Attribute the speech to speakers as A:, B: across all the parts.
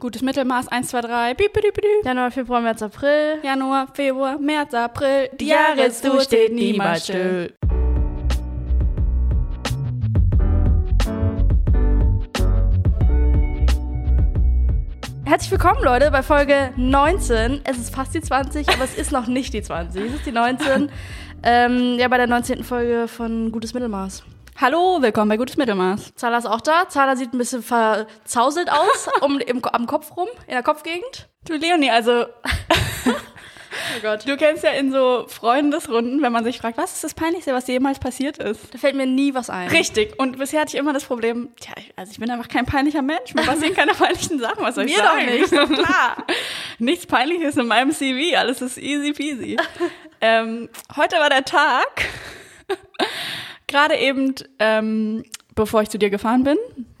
A: Gutes Mittelmaß, 1, 2, 3, piep, piep, piep.
B: Januar, Februar, März, April.
A: Januar, Februar, März, April, die Jahresdur steht niemals still.
B: Herzlich willkommen, Leute, bei Folge 19. Es ist fast die 20, aber es ist noch nicht die 20. Es ist die 19. ähm, ja, bei der 19. Folge von Gutes Mittelmaß.
A: Hallo, willkommen bei Gutes Mittelmaß.
B: Zahler ist auch da. Zahler sieht ein bisschen verzauzelt aus, um, im, am Kopf rum, in der Kopfgegend.
A: Du Leonie, also
B: Oh Gott.
A: du kennst ja in so Freundesrunden, wenn man sich fragt, was ist das Peinlichste, was dir jemals passiert ist?
B: Da fällt mir nie was ein.
A: Richtig, und bisher hatte ich immer das Problem, tja, ich- also ich bin einfach kein peinlicher Mensch, mir passieren keine peinlichen Sachen, was soll ich
B: Mir doch
A: sagen?
B: nicht, na
A: klar. Nichts Peinliches in meinem CV, alles ist easy peasy. ähm, heute war der Tag, gerade eben, ähm, bevor ich zu dir gefahren bin,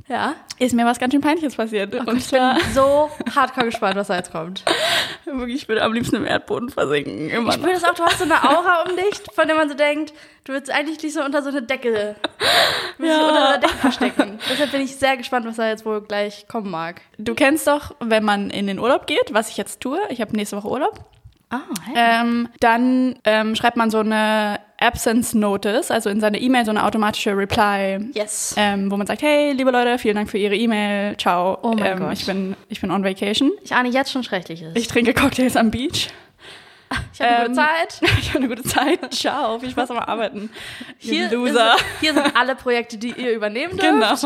B: Ja.
A: ist mir was ganz schön Peinliches passiert. und
B: Oh Ich bin
A: zwar,
B: so hardcore gespannt, was da jetzt kommt.
A: wirklich, ich würde am liebsten im Erdboden versinken, immer
B: Ich
A: noch.
B: fühle das auch, du hast so eine Aura um dich, von der man so denkt, du würdest eigentlich dich so unter so eine Decke, du würdest dich
A: Ja.
B: unter einer Decke verstecken. Deshalb bin ich sehr gespannt, was da jetzt wohl gleich kommen mag.
A: Du kennst doch, wenn man in den Urlaub geht, was ich jetzt tue, ich habe nächste Woche Urlaub,
B: Ah,
A: ähm, dann ähm, schreibt man so eine Absence Notice, also in seine E-Mail so eine automatische Reply,
B: Yes.
A: ähm, wo man sagt, hey, liebe Leute, vielen Dank für Ihre E-Mail, ciao,
B: Oh mein
A: ähm,
B: Gott.
A: ich bin ich bin on Vacation,
B: Ich ahne jetzt schon Schreckliches.
A: ich trinke Cocktails am Beach,
B: Ich habe eine
A: ähm,
B: gute Zeit.
A: ich habe eine gute Zeit, ciao, viel Spaß beim Arbeiten,
B: Hier,
A: you Loser.
B: Ist, hier sind alle Projekte, die ihr übernehmen dürft.
A: Genau.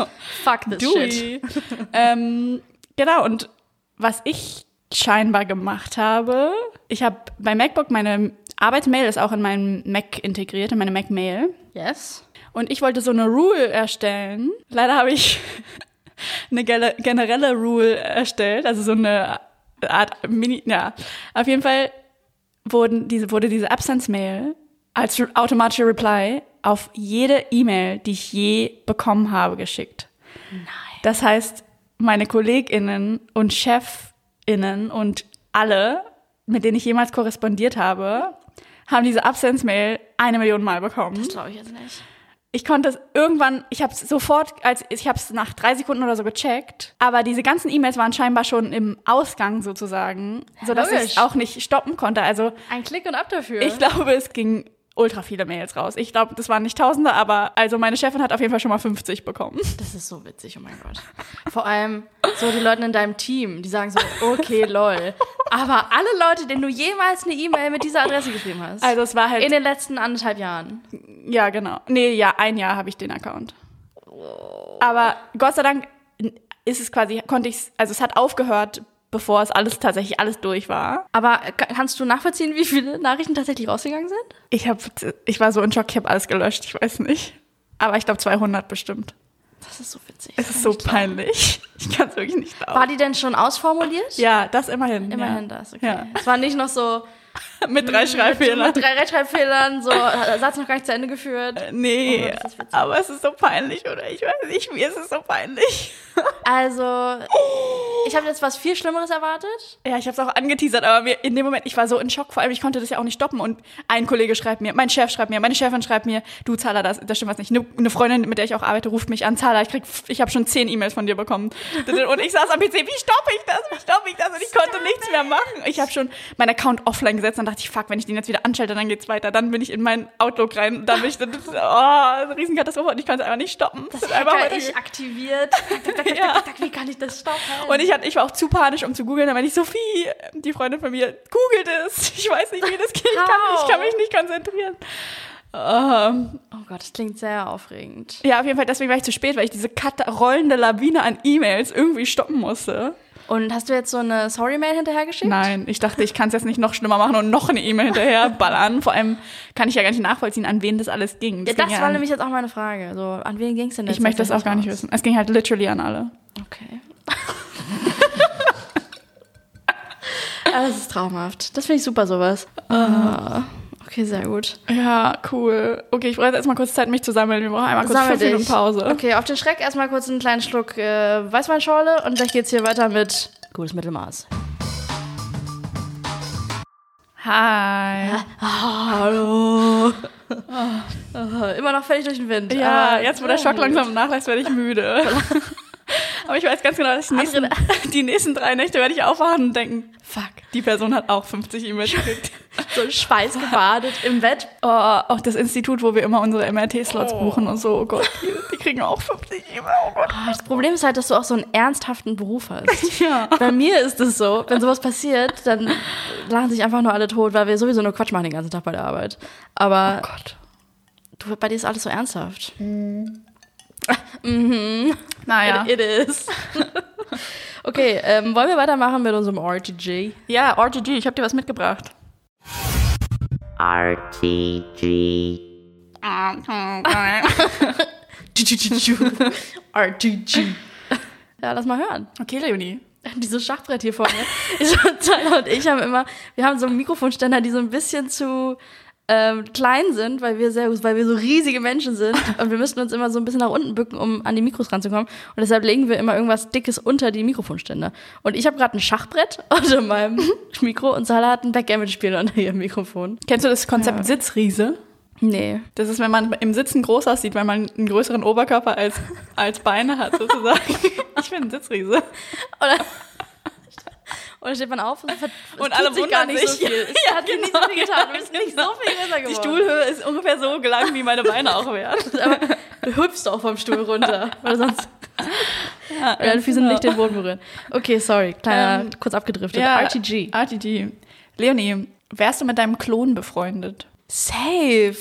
B: Fuck this shit.
A: Dewey. ähm, genau, und was ich scheinbar gemacht habe, ich habe bei MacBook meine Arbeitsmail ist auch in meinen Mac integriert, in meine Mac-Mail.
B: Yes.
A: Und ich wollte so eine Rule erstellen. Leider habe ich eine gele- generelle Rule erstellt, also so eine Art Mini, ja. Auf jeden Fall wurden diese, wurde diese Absence-Mail als re- automatische Reply auf jede E-Mail, die ich je bekommen habe, geschickt. Das heißt, meine KollegInnen und ChefInnen und alle, mit denen ich jemals korrespondiert habe, haben diese Absence-Mail eine Million Mal bekommen.
B: Glaube ich jetzt nicht.
A: Ich konnte es irgendwann, ich habe es sofort, als ich habe es nach drei Sekunden oder so gecheckt, aber diese ganzen E-Mails waren scheinbar schon im Ausgang sozusagen, sodass ich
B: logisch.
A: es auch nicht stoppen konnte. Also
B: Ein Klick und ab dafür.
A: ich glaube, es ging ultra viele Mails raus. Ich glaube, das waren nicht Tausende, aber also meine Chefin hat auf jeden Fall schon mal 50 bekommen.
B: Das ist so witzig, oh mein Gott. Vor allem so die Leute in deinem Team, die sagen so, okay, lol. Aber alle Leute, denen du jemals eine E-Mail mit dieser Adresse geschrieben hast.
A: Also es war halt
B: in den letzten anderthalb Jahren.
A: Ja, genau. Nee, ja, ein Jahr habe ich den Account. Aber Gott sei Dank ist es quasi, konnte ich also es hat aufgehört, bevor es alles tatsächlich alles durch war.
B: Aber ka- kannst du nachvollziehen, wie viele Nachrichten tatsächlich rausgegangen sind?
A: Ich habe, ich war so in Schock, ich habe alles gelöscht, ich weiß nicht. Aber ich glaube 200 bestimmt.
B: Das ist so witzig.
A: Es ist so peinlich. Ich kann es wirklich nicht glauben.
B: War die denn schon ausformuliert?
A: ja, das immerhin.
B: Immerhin
A: ja.
B: das, okay.
A: Ja.
B: Es war nicht noch so
A: Mit drei Schreibfehlern.
B: mit drei Rechtschreibfehlern, so äh, Satz noch gar nicht zu Ende geführt. Oh,
A: Nee,
B: das ist witzig.
A: aber es ist so peinlich, oder? Ich weiß nicht, mir ist es so peinlich.
B: Also, ich habe jetzt was viel Schlimmeres erwartet.
A: Ja, ich habe es auch angeteasert, aber mir, in dem Moment, ich war so in Schock, vor allem ich konnte das ja auch nicht stoppen. Und ein Kollege schreibt mir, mein Chef schreibt mir, meine Chefin schreibt mir, du Zahler, das, das stimmt was nicht. Eine eine Freundin, mit der ich auch arbeite, ruft mich an, Zahler, ich krieg, ich habe schon zehn E-Mails von dir bekommen. Und ich saß am PC, wie stoppe ich das, wie stoppe ich das? Und ich konnte nichts mehr machen. Ich habe schon meinen Account offline gesetzt und dachte ich, fuck, wenn ich den jetzt wieder anschalte, dann geht's weiter. Dann bin ich in meinen Outlook rein, dann bin ich, das, oh, eine Riesenkatastrophe und ich konnte es einfach nicht stoppen. Das ist einfach
B: Hacker
A: heute-
B: ich aktiviert. Tack, tack, tack, tack,
A: Ja.
B: tack, tack, Wie kann ich das stoppen?
A: Und ich, hatte, ich war auch zu panisch, um zu googeln. Dann meinte ich, Sophie, die Freundin von mir, googelt es. Ich weiß nicht, wie das geht. Ich kann, ich kann mich nicht konzentrieren. Ähm,
B: oh Gott, das klingt sehr aufregend.
A: ja, auf jeden Fall, deswegen war ich zu spät, weil ich diese kat- rollende Lawine an E-Mails irgendwie stoppen musste.
B: Und hast du jetzt so eine Sorry-Mail hinterhergeschickt?
A: Nein, ich dachte, ich kann es jetzt nicht noch schlimmer machen und noch eine E-Mail hinterher ballern. Vor allem kann ich ja gar nicht nachvollziehen, an wen das alles ging.
B: Ja,
A: ging
B: das
A: ja
B: war
A: an-
B: nämlich jetzt auch meine Frage. So, an wen ging es denn
A: ich möchte das auch gar nicht
B: wissen.
A: wissen. Es ging halt literally an alle.
B: Okay. Aber Ah, das ist traumhaft. Das finde ich super, sowas. Ah, okay, sehr gut.
A: Ja, cool. Okay, ich brauche jetzt erstmal kurz Zeit, mich zu sammeln. Wir brauchen einmal kurz
B: Sammel
A: fünf Minuten
B: dich.
A: Pause.
B: Okay, auf den Schreck erstmal kurz einen kleinen Schluck äh, Weißweinschorle und gleich geht's hier weiter mit gutes Mittelmaß.
A: Hi.
B: Hallo. Ah, Immer noch völlig durch den Wind. Ah,
A: Ja,
B: aber-
A: äh, jetzt wo der Schock langsam nachlässt, werde ich müde. Aber ich weiß ganz genau, dass die nächsten, die nächsten drei Nächte werde ich aufwachen und denken, fuck, die Person hat auch 50 E-Mails gekriegt.
B: So schweißgebadet im Bett.
A: Oh, auch das Institut, wo wir immer unsere MRT-Slots buchen und so, oh Gott, die, die kriegen auch 50 E-Mails, oh Gott.
B: Das Problem ist halt, dass du auch so einen ernsthaften Beruf hast.
A: Ja.
B: Bei mir ist es so, wenn sowas passiert, dann lachen sich einfach nur alle tot, weil wir sowieso nur Quatsch machen den ganzen Tag bei der Arbeit. Aber
A: Gott.
B: du, bei dir ist alles so ernsthaft.
A: Naja.
B: It, it is. okay, ähm, wollen wir weitermachen mit unserem RTG?
A: Ja, RTG, ich habe dir was mitgebracht.
C: RTG.
A: Ah, oh,
B: RTG. Ja, lass mal hören.
A: Okay, Leonie.
B: Dieses Schachbrett hier vor mir. Ich, Tyler und ich haben immer, wir haben so einen Mikrofonständer, die so ein bisschen zu ähm, klein sind, weil wir sehr, weil wir so riesige Menschen sind und wir müssten uns immer so ein bisschen nach unten bücken, um an die Mikros ranzukommen. Und deshalb legen wir immer irgendwas Dickes unter die Mikrofonständer. Und ich habe gerade ein Schachbrett unter meinem Mikro und Sala hat ein Backgammon-Spiel unter ihrem Mikrofon.
A: Kennst du das Konzept Sitzriese?
B: Nee.
A: Das ist, wenn man im Sitzen groß aussieht, weil man einen größeren Oberkörper als, als Beine hat, sozusagen. ich bin ein Sitzriese.
B: Oder, oder steht man auf und, ver- es
A: Und
B: tut
A: alle
B: sich gar
A: wundern
B: nicht so
A: sich. genau.
B: viel. Es hat dir nicht so viel getan. Du bist nicht so viel größer geworden.
A: Die Stuhlhöhe ist ungefähr so gelangt, wie meine Beine auch wären.
B: Du hüpfst auch vom Stuhl runter. Oder sonst.
A: Ja,
B: Deine Füße
A: genau.
B: nicht den Boden berühren. Okay, sorry. Kleiner,
A: Ähm,
B: kurz abgedriftet.
A: Ja,
B: RTG.
A: RTG. Leonie, wärst du mit deinem Klon befreundet?
B: Safe.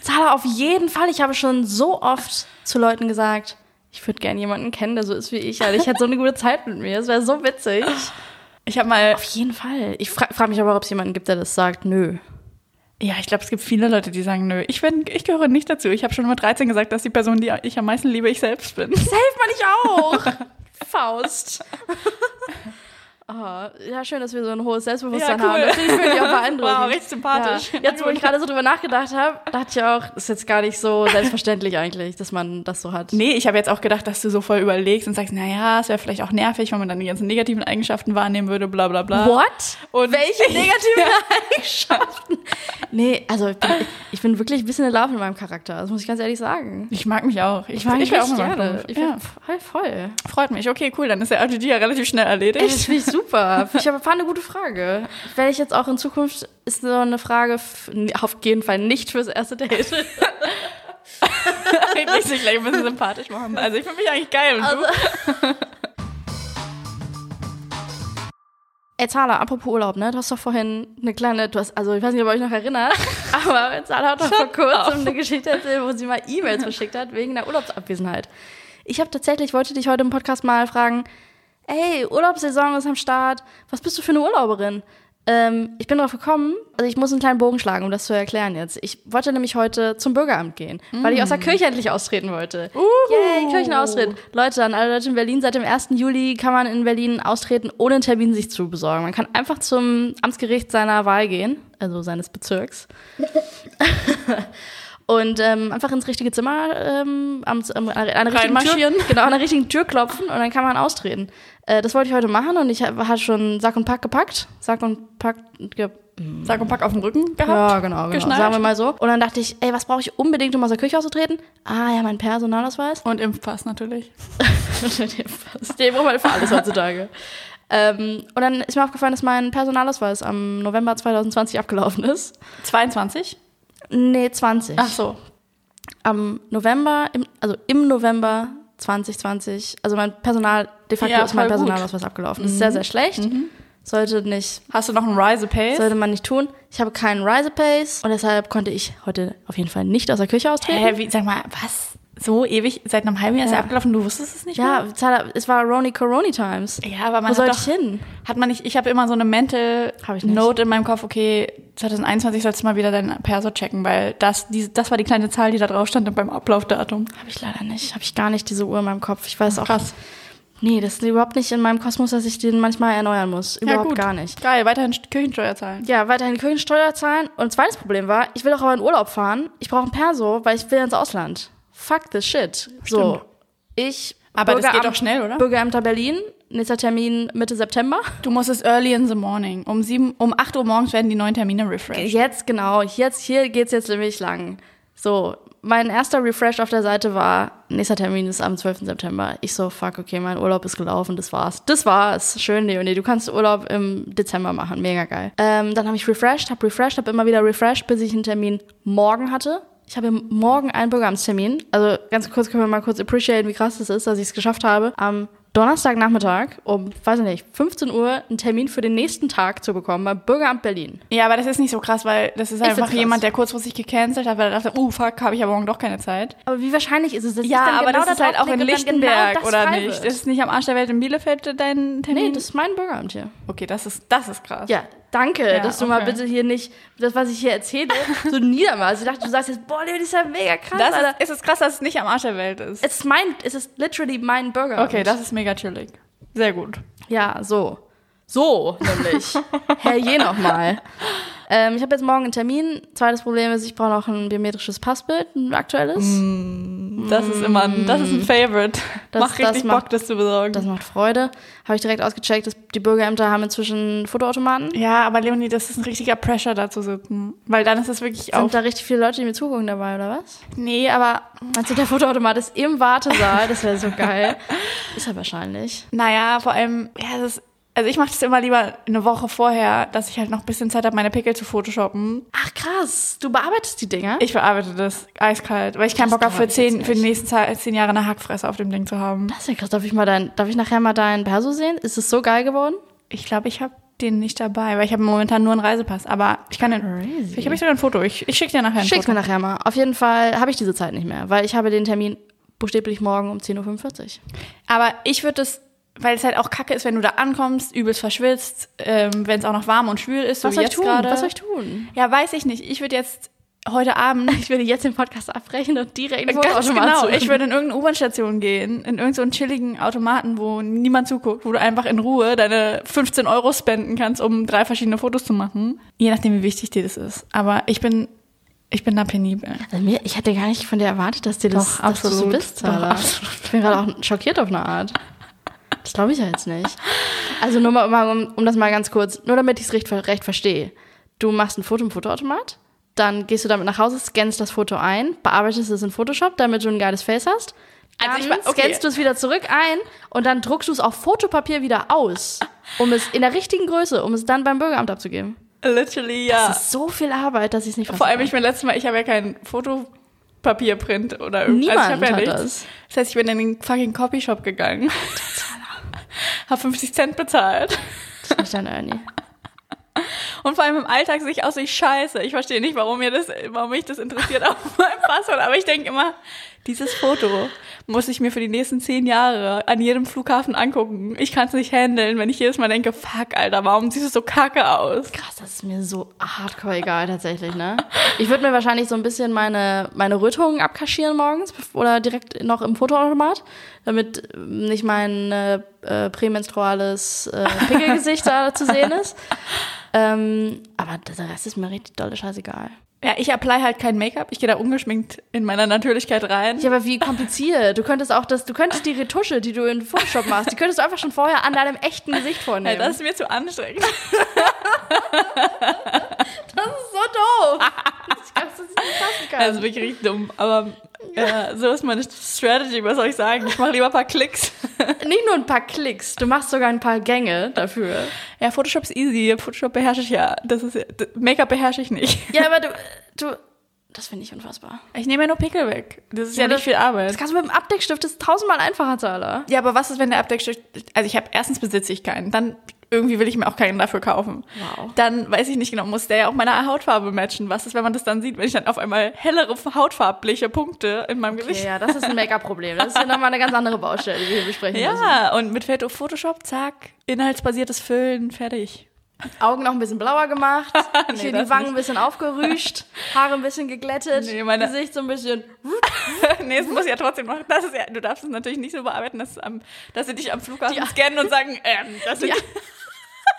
B: Zara, auf jeden Fall. Ich habe schon so oft zu Leuten gesagt, ich würde gerne jemanden kennen, der so ist wie ich. Alter. Ich hätte so eine gute Zeit mit mir. Es wäre so witzig.
A: Ich habe mal.
B: Auf jeden Fall. Ich fra frage mich aber, ob es jemanden gibt, der das sagt. Nö.
A: Ja, ich glaube, es gibt viele Leute, die sagen, nö, ich, bin, ich gehöre nicht dazu. Ich habe schon mit 13 gesagt, dass die Person, die ich am meisten liebe, ich selbst bin.
B: Safe man ich auch. Faust. Oh, ja, schön, dass wir so ein hohes Selbstbewusstsein
A: Ja, cool.
B: haben. Das finde ich wirklich auch beeindruckend.
A: Wow, richtig sympathisch.
B: Ja. Jetzt, wo ich gerade so drüber nachgedacht habe, dachte ich auch, ist jetzt gar nicht so selbstverständlich eigentlich, dass man das so hat.
A: Nee, ich habe jetzt auch gedacht, dass du so voll überlegst und sagst, naja, es wäre vielleicht auch nervig, wenn man dann die ganzen negativen Eigenschaften wahrnehmen würde, bla bla bla.
B: What?
A: Und
B: Welche negativen Eigenschaften? Nee, also ich bin, ich bin wirklich ein bisschen in Love mit meinem Charakter, das muss ich ganz ehrlich sagen.
A: Ich mag mich auch. Ich,
B: bin
A: wär mal
B: gerne.
A: Klon.
B: Ich bin
A: ja,
B: voll, voll.
A: freut mich. Okay, cool. Dann ist der RTG ja relativ schnell erledigt.
B: Echt, finde ich super. Ich habe war eine gute Frage. Werde ich jetzt auch in Zukunft, ist so eine Frage f- auf jeden Fall nicht fürs erste Date.
A: Ich muss dich gleich ein bisschen sympathisch machen. Also ich finde mich eigentlich geil. Und
B: Also-
A: du?
B: Ey, Zala, apropos Urlaub, ne? Du hast doch vorhin eine kleine, du hast, also ich weiß nicht, ob ihr euch noch erinnert, aber Zala hat doch vor kurzem eine Geschichte erzählt, wo sie mal E-Mails verschickt hat wegen der Urlaubsabwesenheit. Ich habe tatsächlich, wollte dich heute im Podcast mal fragen, ey, Urlaubssaison ist am Start, was bist du für eine Urlauberin? Ähm, ich bin drauf gekommen, also ich muss einen kleinen Bogen schlagen, um das zu erklären jetzt. Ich wollte nämlich heute zum Bürgeramt gehen, weil ich aus der Kirche endlich austreten wollte. Yay, Kirchenaustritt. Leute, an alle Leute in Berlin, seit dem 1. Juli kann man in Berlin austreten, ohne einen Termin sich zu besorgen. Man kann einfach zum Amtsgericht seiner Wahl gehen, also seines Bezirks. Und ähm, einfach ins richtige Zimmer ähm, am, am, an einer richtigen Tür,
A: Reinmarschieren.
B: genau, an der richtigen Tür klopfen und dann kann man austreten. Äh, das wollte ich heute machen und ich habe schon Sack und Pack gepackt. Sack und Pack ge
A: Sack und Pack auf dem Rücken gehabt.
B: ja, genau, genau.
A: Geschnallt.
B: Sagen wir mal so. Und dann dachte ich, ey, was brauche ich unbedingt, um aus der Kirche auszutreten? Ah ja, mein Personalausweis.
A: Und Impfpass natürlich.
B: Den braucht man für alles heutzutage. ähm, und dann ist mir aufgefallen, dass mein Personalausweis am November 2020 abgelaufen ist.
A: 22?
B: Nee, 20.
A: Ach so.
B: Am November, im, also im November 2020, also mein Personal, de facto
A: Ja,
B: ist mein
A: voll gut. Mhm.
B: Personalausweis abgelaufen. Das ist sehr, sehr schlecht. Sollte nicht
A: Hast du noch einen Rise Pace?
B: Sollte man nicht tun. Ich habe keinen Rise Pace und deshalb konnte ich heute auf jeden Fall nicht aus der Kirche austreten.
A: Hä, wie, sag mal, was? So ewig? Seit einem halben Jahr ist
B: Ja.
A: er abgelaufen, du wusstest es nicht
B: Ja, Zara, es war Roni Coroni Times.
A: mehr? Ja, aber man
B: Wo
A: hat
B: sollte
A: doch,
B: ich hin?
A: hat man nicht, ich habe immer so eine mental
B: Hab ich nicht.
A: Note in meinem Kopf, okay, 2021 sollst du mal wieder deinen Perso checken, weil das, die, das war die kleine Zahl, die da drauf stand beim Ablaufdatum.
B: Habe ich leider nicht. Habe ich gar nicht diese Uhr in meinem Kopf. Ich weiß auch.
A: Krass.
B: Nee, das ist überhaupt nicht in meinem Kosmos, dass ich den manchmal erneuern muss. Überhaupt gar nicht.
A: Geil, weiterhin Kirchensteuer zahlen.
B: Ja, weiterhin Kirchensteuer zahlen. Und zweites Problem war, ich will doch aber in Urlaub fahren. Ich brauche ein Perso, weil ich will ins Ausland. Fuck this shit. So, ich.
A: Aber das geht
B: Bürgeramt-
A: doch schnell, oder?
B: Bürgerämter Berlin. Nächster Termin Mitte September.
A: Du musst es early in the morning. Um, sieben, um 8 Uhr morgens werden die neuen Termine refreshed.
B: Jetzt, genau. Jetzt, hier geht's jetzt nämlich lang. So, mein erster Refresh auf der Seite war, nächster Termin ist am 12. September. Ich so, fuck, okay, mein Urlaub ist gelaufen, das war's. Das war's. Schön, Leonie, du kannst Urlaub im Dezember machen. Mega geil. Ähm, dann habe ich refreshed, habe refreshed, habe immer wieder refreshed, bis ich einen Termin morgen hatte. Ich habe morgen einen Bürgeramtstermin. Also ganz kurz können wir mal kurz appreciaten, wie krass das ist, dass ich es geschafft habe. Am Donnerstagnachmittag um, weiß ich nicht, 15 Uhr einen Termin für den nächsten Tag zu bekommen beim Bürgeramt Berlin.
A: Ja, aber das ist nicht so krass, weil das ist
B: das
A: einfach
B: krass?
A: jemand, der kurzfristig gecancelt hat, weil er dachte, oh fuck, habe ich ja morgen doch keine Zeit.
B: Aber wie wahrscheinlich ist es, dass
A: Ja,
B: ich dann
A: aber
B: genau
A: das ist
B: da
A: halt
B: drauf
A: auch in
B: klicke und dann
A: Lichtenberg
B: genau das
A: oder
B: frei
A: nicht?
B: wird?
A: Das ist nicht am Arsch der Welt in Bielefeld dein Termin?
B: nee, das ist mein Bürgeramt hier.
A: okay, das ist, das ist krass.
B: Ja, danke,
A: Ja,
B: dass du mal
A: okay.
B: bitte hier nicht das, was ich hier erzähle, so niedermachst. Ich dachte, du sagst jetzt, boah, Leo, das ist ja mega krass.
A: Das
B: Alter.
A: ist, es ist krass, dass es nicht am Arsch der Welt ist.
B: es ist mein, es ist literally mein Bürger.
A: Okay, das ist mega chillig. Sehr gut.
B: Ja, so. So, nämlich. Herr je nochmal. Ähm, ich habe jetzt morgen einen Termin. Zweites Problem ist, ich brauche noch ein biometrisches Passbild, ein aktuelles.
A: Das ist immer ein, das ist ein Favorite.
B: Das-
A: Mach richtig
B: das macht-
A: Bock, Mm. das zu besorgen.
B: Das macht Freude. Habe ich direkt ausgecheckt, dass die Bürgerämter haben inzwischen Fotoautomaten.
A: ja, aber Leonie, das ist ein richtiger Pressure, da zu sitzen. Weil dann ist es wirklich auch.
B: Sind da richtig viele Leute, die mir zugucken dabei, oder was?
A: Nee, aber
B: Meinst du, der Fotoautomat ist im Wartesaal? Das wäre so geil. Ist er wahrscheinlich.
A: Naja, vor allem, ja, das ist, also ich mache das immer lieber eine Woche vorher, dass ich halt noch ein bisschen Zeit habe, meine Pickel zu photoshoppen.
B: Ach krass, du bearbeitest die Dinger?
A: Ich bearbeite das eiskalt, weil ich keinen
B: Das
A: Bock habe,
B: glaub
A: für,
B: ich
A: zehn,
B: jetzt
A: für die
B: nicht.
A: nächsten Ze- zehn Jahre eine Hackfresse auf dem Ding zu haben.
B: das ist ja krass. Darf ich, mal dein, darf ich nachher mal deinen Perso sehen? Ist es so geil geworden?
A: Ich glaube, ich habe den nicht dabei, weil ich habe momentan nur einen Reisepass. Aber ich kann den.
B: Crazy.
A: Ich habe sogar ein Foto. Ich, ich schicke dir nachher ein
B: Schick's mir
A: Foto.
B: nachher mal. Auf jeden Fall habe ich diese Zeit nicht mehr, weil ich habe den Termin buchstäblich morgen um 10.45 Uhr.
A: Aber ich würde das, weil es halt auch kacke ist, wenn du da ankommst, übelst verschwitzt, ähm, wenn es auch noch warm und schwül ist, so
B: Was
A: wie
B: soll ich
A: jetzt
B: tun?
A: gerade.
B: Was soll ich tun?
A: Ja, weiß ich nicht. Ich würde jetzt heute Abend
B: Ich würde jetzt den Podcast abbrechen und direkt den
A: Ganz
B: Fotoautomat
A: genau.
B: suchen.
A: Ich würde in irgendeine U-Bahn-Station gehen, in irgendeinen so einen chilligen Automaten, wo niemand zuguckt, wo du einfach in Ruhe deine 15 Euro spenden kannst, um drei verschiedene Fotos zu machen. Je nachdem, wie wichtig dir das ist. Aber ich bin, ich bin da penibel.
B: Also mir, ich hätte gar nicht von dir erwartet, dass dir das,
A: Doch,
B: dass du so
A: absolut.
B: bist.
A: Doch,
B: Alter.
A: absolut.
B: Ich bin gerade auch schockiert auf eine Art. Das glaube ich ja jetzt nicht. Also nur mal, mal, um, um das mal ganz kurz, nur damit ich es recht, recht verstehe. Du machst ein Foto im Fotoautomat, dann gehst du damit nach Hause, scannst das Foto ein, bearbeitest es in Photoshop, damit du ein geiles Face hast. Dann
A: Also ich war- okay.
B: scannst du es wieder zurück ein und dann druckst du es auf Fotopapier wieder aus, um es in der richtigen Größe, um es dann beim Bürgeramt abzugeben.
A: Literally, ja.
B: Das ist so viel Arbeit, dass ich es nicht
A: Vor
B: fassen
A: allem,
B: kann.
A: ich mein letztes Mal, ich habe ja kein Fotopapierprint oder irgendwas.
B: Niemand
A: Also ich habe ja
B: hat
A: nichts.
B: das.
A: Das heißt, ich bin in den fucking Copyshop gegangen. habe 50 Cent bezahlt.
B: Das ist nicht dein Ernie.
A: Und vor allem im Alltag sehe ich aus wie scheiße. Ich verstehe nicht, warum mir das, warum mich das interessiert auf meinem Passwort. Aber ich denke immer, dieses Foto muss ich mir für die nächsten zehn Jahre an jedem Flughafen angucken. Ich kann es nicht handeln, wenn ich jedes Mal denke, fuck, Alter, warum siehst du so kacke aus?
B: Krass, das ist mir so hardcore egal tatsächlich, ne? Ich würde mir wahrscheinlich so ein bisschen meine, meine Rötungen abkaschieren morgens bef- oder direkt noch im Fotoautomat, damit ähm, nicht mein äh, äh, prämenstruales äh, Pickelgesicht da zu sehen ist. Ähm, aber der Rest ist mir richtig dolle scheißegal.
A: Ja, ich apply halt kein Make-up. Ich gehe da ungeschminkt in meiner Natürlichkeit rein.
B: Ja, aber wie kompliziert. Du könntest auch das, du könntest die Retusche, die du in Photoshop machst, die könntest du einfach schon vorher an deinem echten Gesicht
A: Ey,
B: vornehmen.
A: das ist mir zu anstrengend.
B: ist so doof. Ich glaub, das ist nicht fassen kann.
A: Also wirklich richtig dumm. Aber ja, so ist meine Strategy, was soll ich sagen? Ich mache lieber ein paar Klicks.
B: Nicht nur ein paar Klicks, du machst sogar ein paar Gänge dafür.
A: Ja, Photoshop ist easy. Photoshop beherrsche ich ja. Das ist Make-up beherrsche ich nicht.
B: Ja, aber du, du, das finde ich unfassbar.
A: Ich nehme ja nur Pickel weg. Das ist ja,
B: Ja,
A: nicht
B: das-
A: viel
B: Das
A: Arbeit.
B: kannst du mit dem Abdeckstift, das ist tausendmal einfacher, Zahler.
A: Ja, aber was ist, wenn der Abdeckstift... Also ich habe, erstens besitze ich keinen, dann irgendwie will ich mir auch keinen dafür kaufen.
B: Wow.
A: Dann weiß ich nicht genau, muss der ja auch meiner Hautfarbe matchen. Was ist, wenn man das dann sieht, wenn ich dann auf einmal hellere hautfarbliche Punkte in meinem Gesicht...
B: Ja, das ist ein Make-up-Problem. Das ist ja nochmal eine ganz andere Baustelle, die wir hier besprechen müssen.
A: Ja, und mit Photoshop, zack, inhaltsbasiertes Füllen, fertig.
B: Augen noch ein bisschen blauer gemacht, hier
A: das
B: die Wangen ein bisschen aufgerüscht, Haare ein bisschen geglättet,
A: Nee, meine-
B: Gesicht so ein bisschen.
A: nee, es muss ja trotzdem noch... Das ist ja, du darfst es natürlich nicht so bearbeiten, dass, es am, dass sie dich am Flughafen scannen und sagen, ähm, das sind
B: Ja.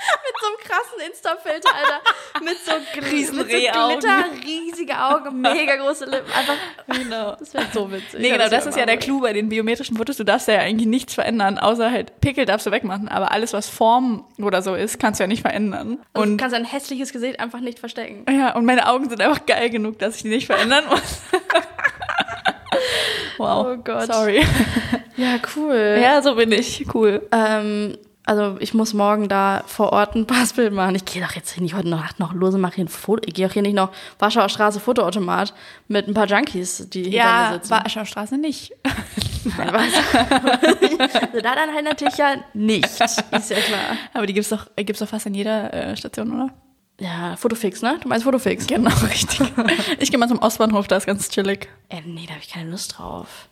B: mit so einem krassen Insta-Filter, Alter. Mit so, gl- mit so
A: Riesenrehaugen.
B: Glitter, riesige Augen, mega große Lippen. Einfach,
A: Genau.
B: das wäre so witzig.
A: Nee, genau,
B: wär
A: das ist ja
B: immer
A: der Clou bei den biometrischen Fotos. Du darfst ja eigentlich nichts verändern, außer halt Pickel darfst du wegmachen. Aber alles, was Form oder so ist, kannst du ja nicht verändern.
B: Also du
A: Und,
B: kannst dein hässliches Gesicht einfach nicht verstecken.
A: ja, und meine Augen sind einfach geil genug, dass ich die nicht verändern muss. Wow.
B: Oh Gott. Äh,
A: Sorry.
B: Ja, cool.
A: Ja, so bin ich. Cool.
B: Ähm, also ich muss morgen da vor Ort ein Passbild machen. Ich gehe doch jetzt hier nicht heute Nacht noch lose, mache hier ein Foto. Ich gehe auch hier nicht noch Warschauer Straße Fotoautomat mit ein paar Junkies, die hinter mir
A: Ja,
B: sitzen.
A: Warschaustraße nicht.
B: Nein, was? also da dann halt natürlich ja nicht. Ist ja klar.
A: Aber die gibt's doch, äh, gibt's doch fast an jeder äh, Station, oder?
B: Ja, Fotofix, ne? Du meinst Fotofix?
A: Genau, richtig. ich gehe mal zum Ostbahnhof, da ist ganz chillig.
B: Äh, nee, da habe ich keine Lust drauf.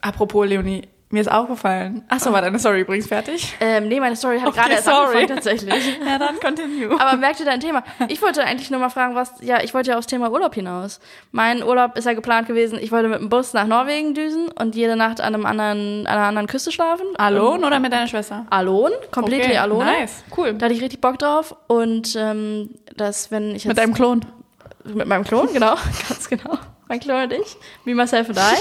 A: Apropos Leonie, mir ist aufgefallen. Achso, war deine Story übrigens fertig?
B: Ähm, nee, meine Story hat
A: Okay,
B: gerade erst
A: sorry.
B: angefangen tatsächlich.
A: Ja, dann continue.
B: Aber merkte dein Thema. Ich wollte eigentlich nur mal fragen, was, ja, ich wollte ja aufs Thema Urlaub hinaus. Mein Urlaub ist ja geplant gewesen, ich wollte mit dem Bus nach Norwegen düsen und jede Nacht an einem anderen, an einer anderen Küste schlafen.
A: Alone oder mit deiner Schwester?
B: Alone, Ähm, completely
A: Okay,
B: alone.
A: Nice, cool.
B: Da hatte ich richtig Bock drauf und ähm, das, wenn ich jetzt...
A: mit deinem Klon.
B: mit meinem Klon, genau, ganz genau. Mein Klon und ich, me, myself and I,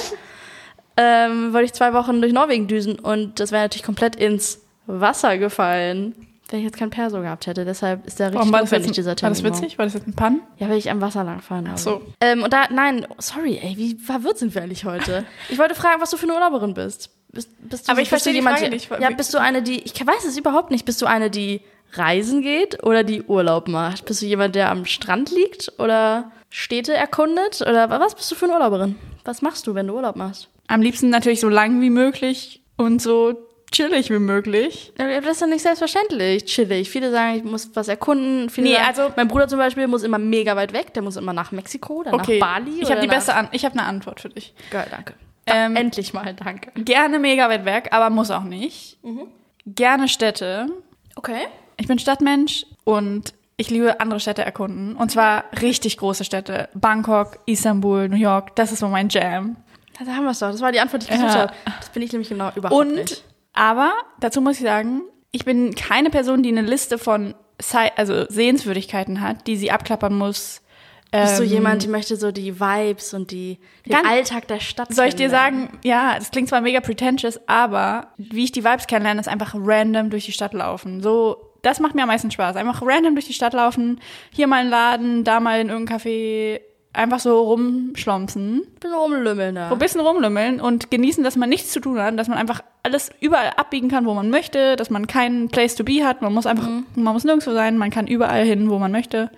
B: ähm, wollte ich zwei Wochen durch Norwegen düsen und das wäre natürlich komplett ins Wasser gefallen, wenn ich jetzt kein Perso gehabt hätte. Deshalb ist der richtig
A: Warum war Oh das,
B: notwendig,
A: jetzt,
B: dieser
A: war
B: Termin.
A: das witzig? War das jetzt ein Pan?
B: morgen. Ja, weil ich am Wasser langfahren habe.
A: so.
B: Ähm, und da, nein, sorry, ey, wie verwirrt sind wir eigentlich heute? Ich wollte fragen, was du für eine Urlauberin bist. Bist, bist du,
A: Aber ich
B: bist du
A: verstehe die
B: jemand,
A: Frage nicht.
B: Ja, bist du eine, die, ich weiß es überhaupt nicht, bist du eine, die reisen geht oder die Urlaub macht? Bist du jemand, der am Strand liegt oder Städte erkundet? Oder was bist du für eine Urlauberin? Was machst du, wenn du Urlaub machst?
A: Am liebsten natürlich so lang wie möglich und so chillig wie möglich.
B: Ja, aber Das ist ja nicht selbstverständlich, chillig. Viele sagen, ich muss was erkunden. Viele
A: Nee,
B: sagen,
A: also-
B: mein Bruder zum Beispiel muss immer mega weit weg. Der muss immer nach Mexiko, dann
A: Okay.
B: nach Bali.
A: ich
B: oder
A: habe die
B: nach-
A: beste An ich habe eine Antwort für dich.
B: Geil, danke.
A: Ähm,
B: Endlich mal, danke.
A: Gerne mega weit weg, aber muss auch nicht.
B: Mhm.
A: Gerne Städte.
B: Okay.
A: Ich bin Stadtmensch und ich liebe andere Städte erkunden. Und zwar richtig große Städte. Bangkok, Istanbul, New York. Das ist so mein Jam.
B: Ja, Da haben wir es doch. Das war die Antwort, die ich gesucht
A: Ja.
B: habe. Das bin ich nämlich genau überhaupt
A: Und,
B: nicht.
A: aber dazu muss ich sagen, ich bin keine Person, die eine Liste von Sei- also Sehenswürdigkeiten hat, die sie abklappern muss.
B: Bist du
A: Ähm,
B: jemand, die möchte so die Vibes und die, den
A: Ganz-
B: Alltag der Stadt
A: Soll ich dir
B: kennenlernen?
A: sagen, ja, das klingt zwar mega pretentious, aber wie ich die Vibes kennenlerne, ist einfach random durch die Stadt laufen. So, das macht mir am meisten Spaß. Einfach random durch die Stadt laufen, hier mal in einen Laden, da mal in irgendeinen Café, einfach so rumschlompsen,
B: Ich bin rumlümmeln ne? da.
A: so ein bisschen rumlümmeln und genießen, dass man nichts zu tun hat, dass man einfach alles überall abbiegen kann, wo man möchte, dass man keinen Place to be hat, man muss einfach, man muss nirgendwo sein, man kann überall hin, wo man möchte.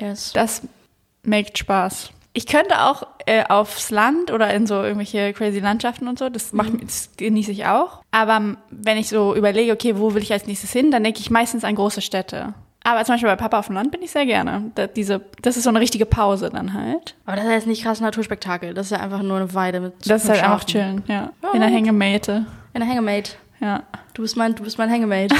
B: Yes.
A: Das macht Spaß. Ich könnte auch äh, aufs Land oder in so irgendwelche crazy Landschaften und so, das, macht, mir- das genieße ich auch. Aber m, wenn ich so überlege, okay, wo will ich als nächstes hin, dann denke ich meistens an große Städte. Aber zum Beispiel bei Papa auf dem Land bin ich sehr gerne. Da, diese, das ist so eine richtige Pause dann halt.
B: Aber das ist jetzt nicht krass Naturspektakel. Das ist ja einfach nur eine Weide mit
A: Das ist
B: mit
A: halt einfach chillen,
B: Schafen.
A: ja. Oh. In der Hängematte,
B: Eine Hängemate.
A: ja.
B: Du bist mein, du bist mein Hängemate.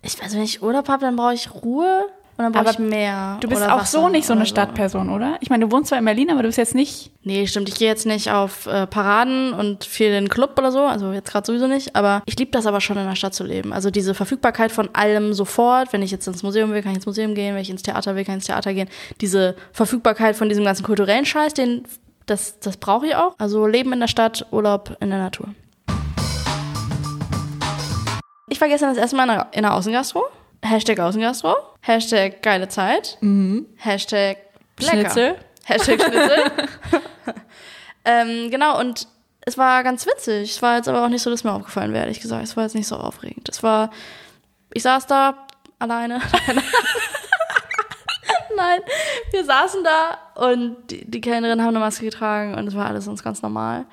B: ich weiß, wenn ich Urlaub habe, dann brauche ich Ruhe und dann brauche
A: Aber
B: ich Meer.
A: Du bist
B: oder
A: auch so
B: Wasser
A: nicht so eine
B: oder
A: Stadtperson, oder? Ich meine, du wohnst zwar in Berlin, aber du bist jetzt nicht
B: Nee, stimmt. Ich gehe jetzt nicht auf äh, Paraden und viel in den Club oder so. Also jetzt gerade sowieso nicht. Aber ich liebe das aber schon, in der Stadt zu leben. Also diese Verfügbarkeit von allem sofort. Wenn ich jetzt ins Museum will, kann ich ins Museum gehen. Wenn ich ins Theater will, kann ich ins Theater gehen. Diese Verfügbarkeit von diesem ganzen kulturellen Scheiß, den, das, das brauche ich auch. Also Leben in der Stadt, Urlaub in der Natur. Ich war gestern das erste Mal in der, in der Außengastro. Hashtag Außengastro. Hashtag geile Zeit. Mhm. Hashtag lecker.
A: Schnitzel.
B: Hashtag Schnitzel. ähm, genau, und es war ganz witzig. Es war jetzt aber auch nicht so, dass mir aufgefallen wäre, ehrlich gesagt. Es war jetzt nicht so aufregend. Es war, ich saß da alleine. Nein, wir saßen da und die, die Kellnerinnen haben eine Maske getragen und es war alles sonst ganz normal.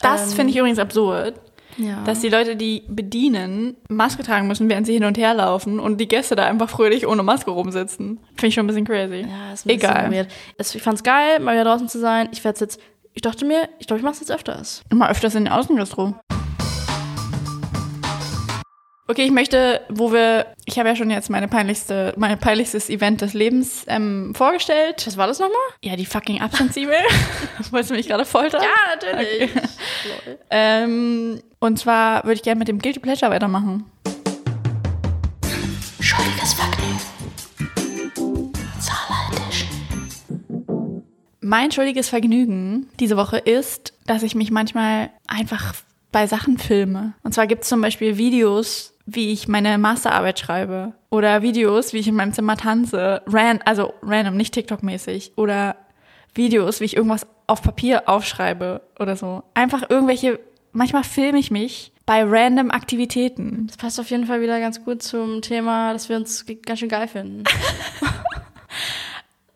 A: Das
B: Ähm,
A: finde ich übrigens absurd.
B: Ja.
A: Dass die Leute, die bedienen, Maske tragen müssen, während sie hin und her laufen und die Gäste da einfach fröhlich ohne Maske rumsitzen. Finde ich schon ein bisschen crazy.
B: Ja, ist ein
A: Egal.
B: Egal. Weird. Es, ich fand's geil, mal wieder draußen zu sein. Ich werde jetzt, ich dachte mir, ich glaube, ich mach's jetzt öfters.
A: Immer öfters in den Außengastro. Okay, ich möchte, wo wir, ich habe ja schon jetzt meine peinlichste, mein peinlichstes Event des Lebens ähm, vorgestellt.
B: Was war das nochmal?
A: Ja, die fucking Absence-E-Mail. Wolltest du mich gerade foltern?
B: natürlich.
A: Ähm, und zwar würde ich gerne mit dem Guilty Pleasure weitermachen.
D: Schuldiges Vergnügen. Zahler Edition.
A: Mein schuldiges Vergnügen diese Woche ist, dass ich mich manchmal einfach bei Sachen filme. Und zwar gibt es zum Beispiel Videos, wie ich meine Masterarbeit schreibe. Oder Videos, wie ich in meinem Zimmer tanze. Ran also random, nicht TikTok-mäßig. Oder Videos, wie ich irgendwas auf Papier aufschreibe oder so. Einfach irgendwelche, manchmal filme ich mich bei random Aktivitäten.
B: Das passt auf jeden Fall wieder ganz gut zum Thema, dass wir uns g- ganz schön geil finden.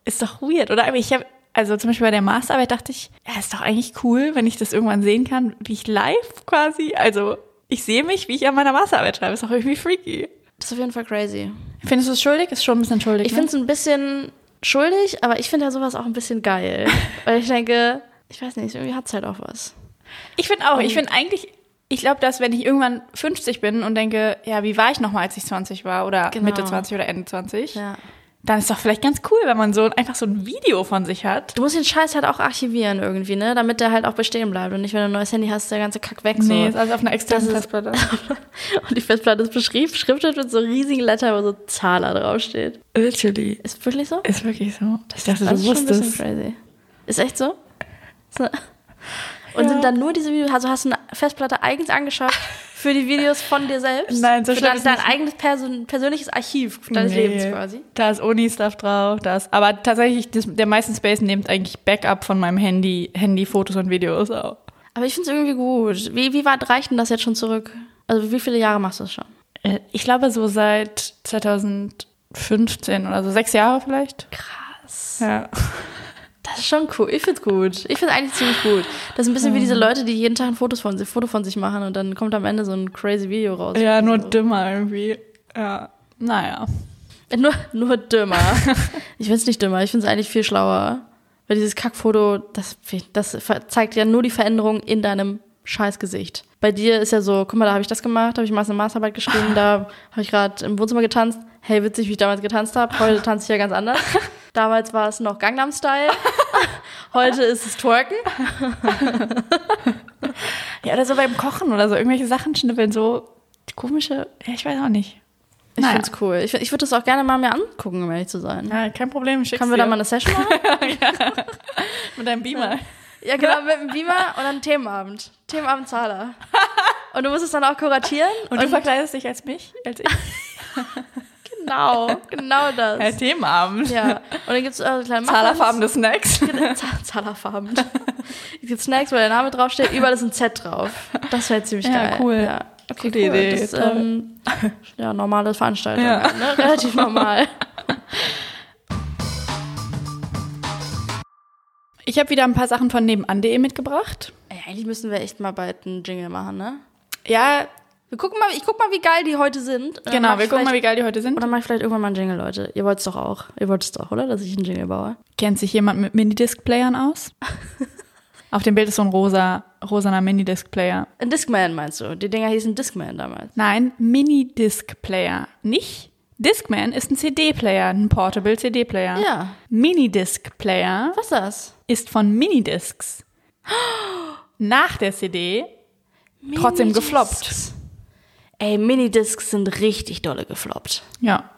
A: Ist doch weird, oder? Aber ich habe, also zum Beispiel bei der Masterarbeit dachte ich, ja, ist doch eigentlich cool, wenn ich das irgendwann sehen kann, wie ich live quasi, also ich sehe mich, wie ich an meiner Masterarbeit schreibe. Ist doch irgendwie freaky.
B: Das ist auf jeden Fall crazy.
A: Findest du es schuldig? Ist schon ein bisschen schuldig. ne?
B: Ich finde es ein bisschen schuldig, aber ich finde ja sowas auch ein bisschen geil. Weil ich denke, ich weiß nicht, irgendwie hat es halt auch was.
A: Ich finde auch, ich finde eigentlich, ich glaube, dass wenn ich irgendwann 50 bin und denke, ja, wie war ich nochmal, als ich 20 war oder
B: Genau.
A: Mitte 20 oder Ende 20,
B: Ja.
A: dann ist doch vielleicht ganz cool, wenn man so ein- einfach so ein Video von sich hat.
B: Du musst den Scheiß halt auch archivieren irgendwie, ne? Damit der halt auch bestehen bleibt. Und nicht, wenn du ein neues Handy hast, ist der ganze Kack weg. So.
A: Nee, ist alles auf einer externen
B: Das ist-
A: Festplatte.
B: Und die Festplatte ist beschriftet mit so riesigen Lettern, wo so Zahler draufsteht.
A: Literally.
B: Ist wirklich so?
A: Ist wirklich so. Ich dachte,
B: Das
A: du
B: ist schon ein bisschen
A: wusstest.
B: crazy. Ist echt so? So. Und sind dann nur diese Videos, also hast du eine Festplatte eigens angeschafft für die Videos von dir selbst?
A: Nein, so
B: Für
A: schlimm
B: dein,
A: ist
B: dein
A: nicht.
B: eigenes Person, persönliches Archiv deines Lebens quasi.
A: Da ist Uni-Stuff drauf, das. Aber tatsächlich, das, der meisten Space nimmt eigentlich Backup von meinem Handy, Handy-Fotos und Videos auch.
B: Aber ich finde es irgendwie gut. Wie, wie weit reicht denn das jetzt schon zurück? Also wie viele Jahre machst du das schon?
A: Äh, Ich glaube, so seit 2015 oder so, sechs Jahre vielleicht. Krass. Ja.
B: Das ist schon cool. Ich find's gut. Ich find's eigentlich ziemlich gut. Das ist ein bisschen wie diese Leute, die jeden Tag ein Fotos von, Foto von sich machen und dann kommt am Ende so ein crazy Video raus.
A: Ja, nur dümmer irgendwie. Ja. Naja.
B: Nur, nur dümmer. ich find's nicht dümmer, ich find's eigentlich viel schlauer. Weil dieses Kackfoto, das, das ver- zeigt ja nur die Veränderung in deinem Scheißgesicht. Bei dir ist ja so, guck mal, da habe ich das gemacht, da habe ich mal eine Masterarbeit geschrieben, da habe ich gerade im Wohnzimmer getanzt. Hey, witzig, wie ich damals getanzt habe. Heute tanze ich ja ganz anders. Damals war es noch Gangnam Style. Heute ist es Twerken.
A: Ja, oder so beim Kochen oder so, irgendwelche Sachen schnippeln, so komische, ja, ich weiß auch nicht.
B: Ich
A: Naja.
B: find's cool. Ich, ich würde das auch gerne mal mir angucken, um ehrlich zu sein.
A: Ja, kein Problem, schickst
B: Können wir da mal eine Session machen?
A: mit deinem Beamer.
B: ja, genau, mit einem Beamer und dann Themenabend. Themenabend Zahler. Und du musst es dann auch kuratieren.
A: Und du verkleidest dich als mich, als ich.
B: Genau, genau
A: Als
B: das.
A: Themenabend.
B: Ja. Und dann gibt's äh, kleine Muffins.
A: Zahlerfarbene Snacks.
B: Zah- Zahlerfarben. Es gibt Snacks, wo der Name draufsteht, überall ist ein Z drauf. Das wäre ziemlich
A: Ja,
B: geil.
A: cool.
B: Ja. Okay,
A: Gute
B: cool.
A: Idee,
B: Das ist
A: toll.
B: ähm, ja, normale Veranstaltung.
A: Ja.
B: halt, Ne? Relativ normal.
A: Ich habe wieder ein paar Sachen von nebenan.de mitgebracht.
B: Ey, eigentlich müssen wir echt mal bald einen Jingle machen, ne?
A: Ja,
B: Wir gucken mal, ich guck mal, wie geil die heute sind. Und dann
A: genau,
B: mach
A: wir
B: ich
A: gucken mal,
B: vielleicht-
A: wie geil die heute sind.
B: Oder mach ich vielleicht irgendwann mal einen Jingle, Leute. Ihr wollt's doch auch. Ihr wollt's doch, oder? Dass ich einen Jingle baue.
A: Kennt sich jemand mit Minidisc-Playern aus? Auf dem Bild ist so ein rosa, rosaner Minidisc-Player.
B: Ein Discman meinst du? Die Dinger hießen Discman damals.
A: Nein, Minidisc-Player. Nicht? Discman ist ein CD-Player, ein Portable CD-Player.
B: Ja.
A: Minidisc-Player
B: Was ist das?
A: ist von Minidiscs. Nach der CD trotzdem
B: Minidiscs.
A: gefloppt.
B: Ey, Minidiscs sind richtig dolle gefloppt.
A: Ja.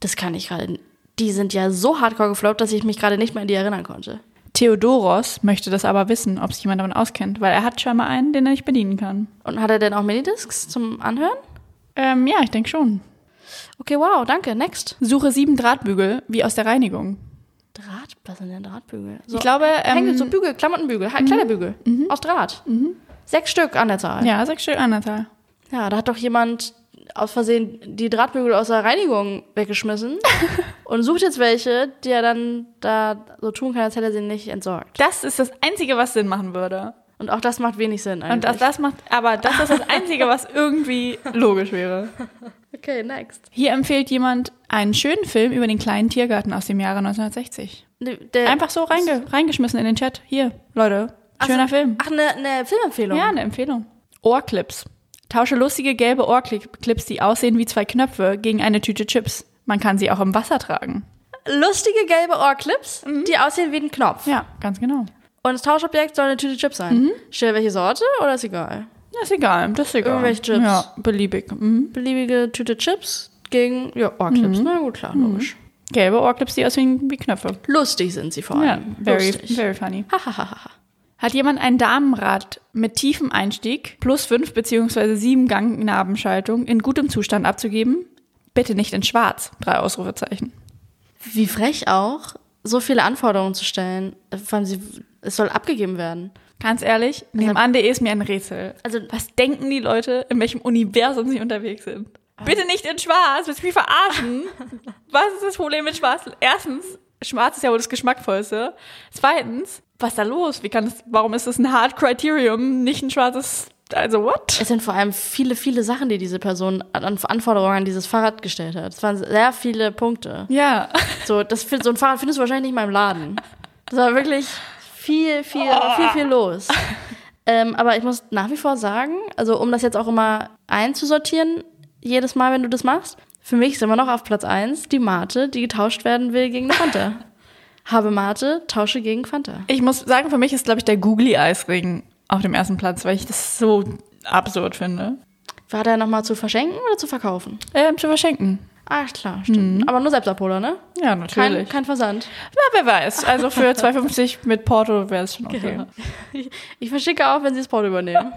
B: Das kann ich gerade. Die sind ja so hardcore gefloppt, dass ich mich gerade nicht mehr an die erinnern konnte.
A: Theodoros möchte das aber wissen, ob sich jemand davon auskennt, weil er hat scheinbar einen, den er nicht bedienen kann.
B: Und hat er denn auch Minidiscs zum Anhören?
A: Ähm, ja, ich denke schon.
B: Okay, wow, danke. Next.
A: Suche sieben Drahtbügel, wie aus der Reinigung.
B: Draht? Was sind denn Drahtbügel? So,
A: Ich glaube,
B: Hängel, so
A: ähm, mhm.
B: Bügel, Klamottenbügel, ha- Kleiderbügel. Aus Draht. Sechs Stück an der Zahl.
A: ja, sechs Stück an der Zahl.
B: Ja, da hat doch jemand aus Versehen die Drahtbügel aus der Reinigung weggeschmissen und sucht jetzt welche, die er dann da so tun kann, als hätte er sie nicht entsorgt.
A: Das ist das Einzige, was Sinn machen würde.
B: Und auch das macht wenig Sinn eigentlich.
A: Und das, das macht, aber das ist das Einzige, was irgendwie logisch wäre.
B: okay, next.
A: Hier empfiehlt jemand einen schönen Film über den kleinen Tiergarten aus dem Jahre 1960.
B: Ne, Der,
A: Einfach so reinge reingeschmissen in den Chat. Hier, Leute, schöner Film.
B: Ach, eine ne Filmempfehlung.
A: Ja, eine Empfehlung. Ohrclips. Tausche lustige gelbe Ohrclips, die aussehen wie zwei Knöpfe, gegen eine Tüte Chips. Man kann sie auch im Wasser tragen.
B: Lustige gelbe Ohrclips, die aussehen wie ein Knopf.
A: Mhm. Ja, Mhm. ganz genau.
B: Und das Tauschobjekt soll eine Tüte Chips sein. Stell welche Sorte oder ist egal?
A: Das ist egal, das ist egal.
B: Irgendwelche Chips.
A: Ja, beliebig. Mhm.
B: Beliebige Tüte Chips gegen ja, Ohrclips. Na gut, klar, logisch.
A: Mhm. Gelbe Ohrclips, die aussehen wie Knöpfe.
B: Lustig sind sie vor allem.
A: Ja, very,
B: Ah, Lustig.
A: very funny.
B: Hahaha.
A: Hat jemand ein Damenrad mit tiefem Einstieg plus fünf beziehungsweise sieben Gang Nabenschaltung in gutem Zustand abzugeben? Bitte nicht in Schwarz. Drei Ausrufezeichen.
B: Wie frech auch, so viele Anforderungen zu stellen. äh, Vor allem, sie, es soll abgegeben werden.
A: Ganz ehrlich, nebenan.de E ist mir ein Rätsel.
B: Also-
A: was denken die Leute, in welchem Universum sie unterwegs sind? Bitte nicht in Schwarz, willst du mich verarschen? was ist das Problem mit Schwarz? Erstens, Schwarz ist ja wohl das Geschmackvollste. Zweitens, was ist da los? Wie kann es, warum ist das ein Hard Criterium, nicht ein schwarzes, also what?
B: Es sind vor allem viele, viele Sachen, die diese Person an Anforderungen an dieses Fahrrad gestellt hat. Es waren sehr viele Punkte.
A: Ja.
B: So, das, find- so ein Fahrrad findest du wahrscheinlich nicht mal im Laden. Das war wirklich viel, viel, viel, viel los. Ähm, aber ich muss nach wie vor sagen, also um das jetzt auch immer einzusortieren, jedes Mal, wenn du das machst, für mich ist immer noch auf Platz 1 die Mate, die getauscht werden will gegen eine Fanta. Habe Mate, tausche gegen Fanta.
A: Ich muss sagen, für mich ist, glaube ich, der Googly-Eisring auf dem ersten Platz, weil ich das so absurd finde.
B: War der nochmal zu verschenken oder zu verkaufen?
A: Ähm, zu verschenken.
B: Ah, klar, stimmt. Aber nur Selbstabholer, ne?
A: Ja,
B: Kein,
A: natürlich.
B: kein Versand.
A: Na, wer weiß. Also für 2,50 mit Porto wäre es schon okay.
B: Ich, ich verschicke auch, wenn sie das Porto übernehmen.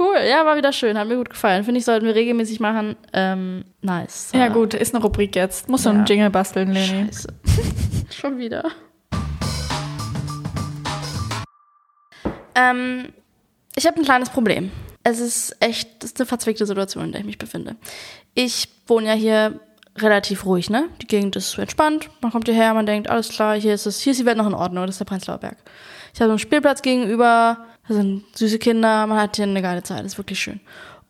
B: cool, ja, war wieder schön, hat mir gut gefallen. Finde ich, sollten wir regelmäßig machen. Ähm, nice.
A: Ja, gut, ist eine Rubrik jetzt. Muss so
B: Ja.
A: einen Jingle basteln, Leni.
B: Scheiße. Schon wieder. Ähm, ich habe ein kleines Problem. Es ist echt das ist eine verzwickte Situation, in der ich mich befinde. Ich wohne ja hier relativ ruhig, ne? Die Gegend ist entspannt. Man kommt hierher, man denkt, alles klar, hier ist es, hier ist die Welt noch in Ordnung, das ist der Prenzlauer Berg. Ich habe so einen Spielplatz gegenüber, da sind süße Kinder, man hat hier eine geile Zeit, ist wirklich schön.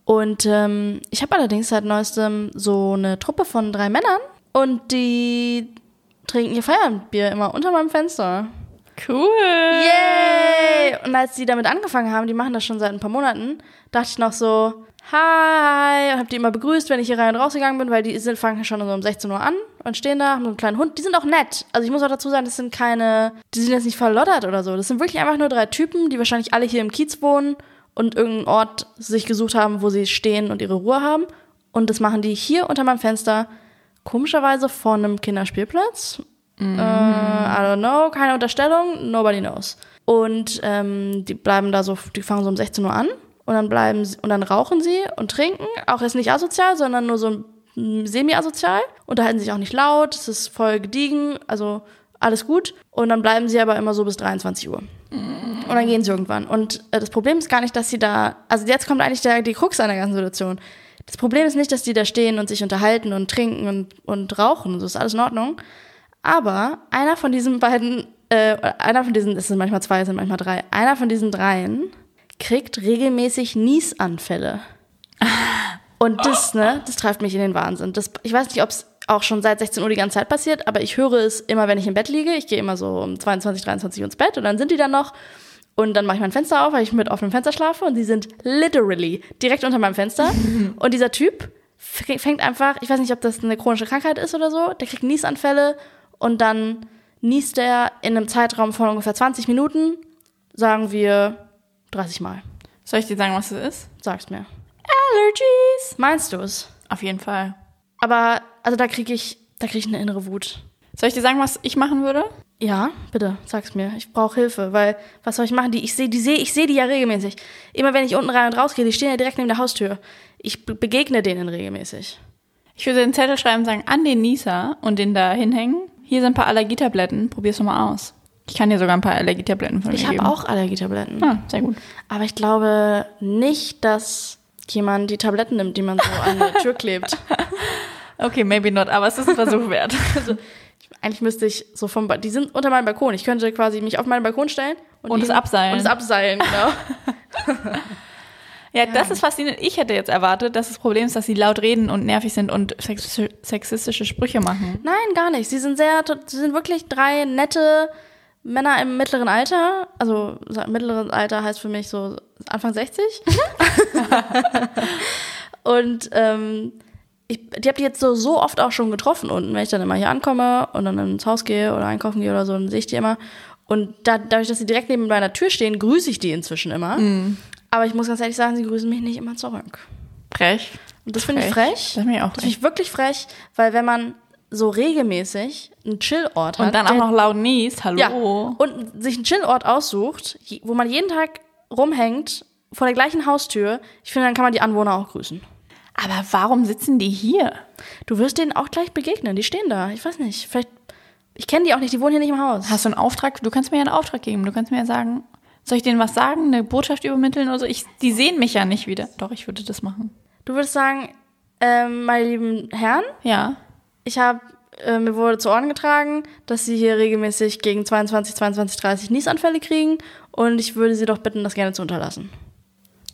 B: Und ähm, ich habe allerdings seit neuestem so eine Truppe von drei Männern und die trinken ihr Feierabendbier immer unter meinem Fenster.
A: Cool.
B: Yay! Und als die damit angefangen haben, die machen das schon seit ein paar Monaten, dachte ich noch so, hi, und hab die immer begrüßt, wenn ich hier rein und rausgegangen bin, weil die sind, fangen schon so um 16 Uhr an und stehen da, haben so einen kleinen Hund. Die sind auch nett. Also ich muss auch dazu sagen, das sind keine, die sind jetzt nicht verloddert oder so. Das sind wirklich einfach nur drei Typen, die wahrscheinlich alle hier im Kiez wohnen und irgendeinen Ort sich gesucht haben, wo sie stehen und ihre Ruhe haben. Und das machen die hier unter meinem Fenster, komischerweise vor einem Kinderspielplatz. Äh, I don't know, keine Unterstellung, nobody knows. Und ähm, die bleiben da so, die fangen so um 16 Uhr an und dann bleiben sie, und dann rauchen sie und trinken, auch jetzt nicht asozial, sondern nur so mm, semi-asozial, unterhalten sich auch nicht laut, es ist voll gediegen, also alles gut. Und dann bleiben sie aber immer so bis 23 Uhr. Und dann gehen sie irgendwann. Und äh, das Problem ist gar nicht, dass sie da. Also jetzt kommt eigentlich der, die Krux an der ganzen Situation. Das Problem ist nicht, dass die da stehen und sich unterhalten und trinken und, und rauchen. und So ist alles in Ordnung. Aber einer von diesen beiden, äh, einer von diesen, es sind manchmal zwei, es sind manchmal drei, einer von diesen dreien kriegt regelmäßig Niesanfälle. Und das, ne, das treibt mich in den Wahnsinn. Das, ich weiß nicht, ob es auch schon seit 16 Uhr die ganze Zeit passiert, aber ich höre es immer, wenn ich im Bett liege. Ich gehe immer so um 22, 23 Uhr ins Bett und dann sind die dann noch. Und dann mache ich mein Fenster auf, weil ich mit offenem Fenster schlafe und die sind literally direkt unter meinem Fenster. und dieser Typ f- fängt einfach, ich weiß nicht, ob das eine chronische Krankheit ist oder so, der kriegt Niesanfälle und dann niest er in einem Zeitraum von ungefähr 20 Minuten, sagen wir 30 Mal.
A: Soll ich dir sagen, was das ist?
B: Sag's mir.
A: Allergies.
B: Meinst du es?
A: Auf jeden Fall.
B: Aber, also da kriege ich, da kriege ich eine innere Wut.
A: Soll ich dir sagen, was ich machen würde?
B: Ja, bitte, sag's mir. Ich brauche Hilfe, weil was soll ich machen? Die, ich sehe, die sehe, ich sehe die ja regelmäßig. Immer wenn ich unten rein und raus gehe, die stehen ja direkt neben der Haustür. Ich be begegne denen regelmäßig.
A: Ich würde den Zettel schreiben und sagen, an den Nieser und den da hinhängen. Hier sind ein paar Allergietabletten. Probier's doch mal aus. Ich kann dir sogar ein paar Allergietabletten von mir
B: Ich
A: geben.
B: habe auch Allergietabletten.
A: Ah, sehr gut.
B: Aber ich glaube nicht, dass jemand die Tabletten nimmt, die man so an der Tür klebt.
A: Okay, maybe not, aber es ist ein Versuch wert.
B: Eigentlich müsste ich so vom, ba die sind unter meinem Balkon. Ich könnte quasi mich auf meinen Balkon stellen
A: Und es
B: ihn-
A: abseilen.
B: Und es abseilen, genau.
A: Ja, das ist faszinierend. Ich hätte jetzt erwartet, dass das Problem ist, dass sie laut reden und nervig sind und sexi- sexistische Sprüche machen.
B: Nein, gar nicht. Sie sind sehr, sie sind wirklich drei nette Männer im mittleren Alter. Also sa- mittleres Alter heißt für mich so Anfang 60. und ähm, ich, die habe die jetzt so, so oft auch schon getroffen unten, wenn ich dann immer hier ankomme und dann ins Haus gehe oder einkaufen gehe oder so, dann sehe ich die immer. Und da, dadurch, dass sie direkt neben meiner Tür stehen, grüße ich die inzwischen immer. Aber ich muss ganz ehrlich sagen, sie grüßen mich nicht immer zurück.
A: Frech.
B: Und das finde ich
A: Frech.
B: frech.
A: Das finde ich auch
B: Das finde ich wirklich frech, weil wenn man so regelmäßig einen Chillort hat
A: Und dann auch
B: der-
A: noch laut niest,
B: ja,
A: hallo.
B: und sich einen Chillort aussucht, je- wo man jeden Tag rumhängt vor der gleichen Haustür, ich finde, dann kann man die Anwohner auch grüßen.
A: Aber warum sitzen die hier?
B: Du wirst denen auch gleich begegnen, die stehen da. Ich weiß nicht, vielleicht Ich kenne die auch nicht, die wohnen hier nicht im Haus.
A: Hast du einen Auftrag? Du kannst mir ja einen Auftrag geben. Du kannst mir ja sagen, soll ich denen was sagen, eine Botschaft übermitteln oder so? Ich, die sehen mich ja nicht wieder. Doch, ich würde das machen.
B: Du würdest sagen, ähm, meine lieben Herren,
A: Ja.
B: ich habe äh, mir wurde zu Ohren getragen, dass sie hier regelmäßig gegen 22, 22, 30 Niesanfälle kriegen und ich würde sie doch bitten, das gerne zu unterlassen.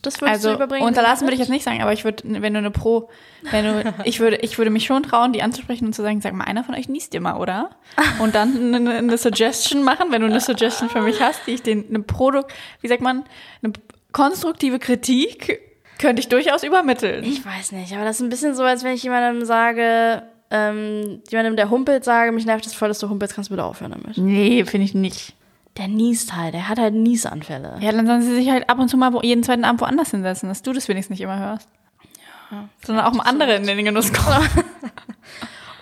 B: Das würdest
A: Also
B: du überbringen?
A: unterlassen würde ich jetzt nicht sagen, aber ich würde, wenn du eine Pro, wenn du, ich würde, ich würde mich schon trauen, die anzusprechen und zu sagen, sag mal, einer von euch niest dir mal, oder? Und dann eine, eine Suggestion machen, wenn du eine Suggestion für mich hast, die ich den, eine Produkt, wie sagt man, eine konstruktive Kritik könnte ich durchaus übermitteln.
B: Ich weiß nicht, aber das ist ein bisschen so, als wenn ich jemandem sage, ähm, jemandem, der humpelt, sage, mich nervt das voll, dass du humpelst, kannst du bitte aufhören damit.
A: nee, finde ich nicht.
B: Der niest halt, der hat halt Niesanfälle.
A: Ja, dann sollen sie sich halt ab und zu mal wo, jeden zweiten Abend woanders hinsetzen, dass du das wenigstens nicht immer hörst. Ja. Sondern auch mal andere in den Genuss kommen.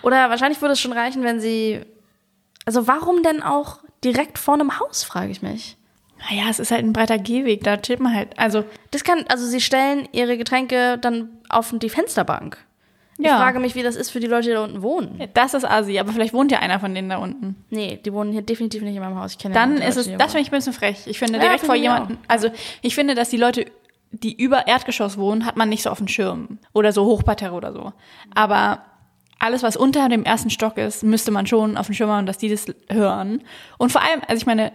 B: Oder wahrscheinlich würde es schon reichen, wenn sie. Also warum denn auch direkt vor einem Haus, frage ich mich.
A: Naja, es ist halt ein breiter Gehweg, da chillt man halt. Also,
B: Das kann, also sie stellen ihre Getränke dann auf die Fensterbank.
A: Ja.
B: Ich frage mich, wie das ist für die Leute, die da unten wohnen.
A: Das ist Asi, aber vielleicht wohnt ja einer von denen da unten.
B: Nee, die wohnen hier definitiv nicht in meinem Haus. Ich kenne
A: Dann
B: ja
A: ist es, das finde ich ein bisschen frech. Ich finde
B: Ja,
A: direkt
B: finde
A: vor
B: ich
A: jemanden, also ich finde, dass die Leute, die über Erdgeschoss wohnen, hat man nicht so auf dem Schirm. Oder so Hochparterre oder so. Aber alles, was unter dem ersten Stock ist, müsste man schon auf dem Schirm haben, dass die das hören. Und vor allem, also ich meine,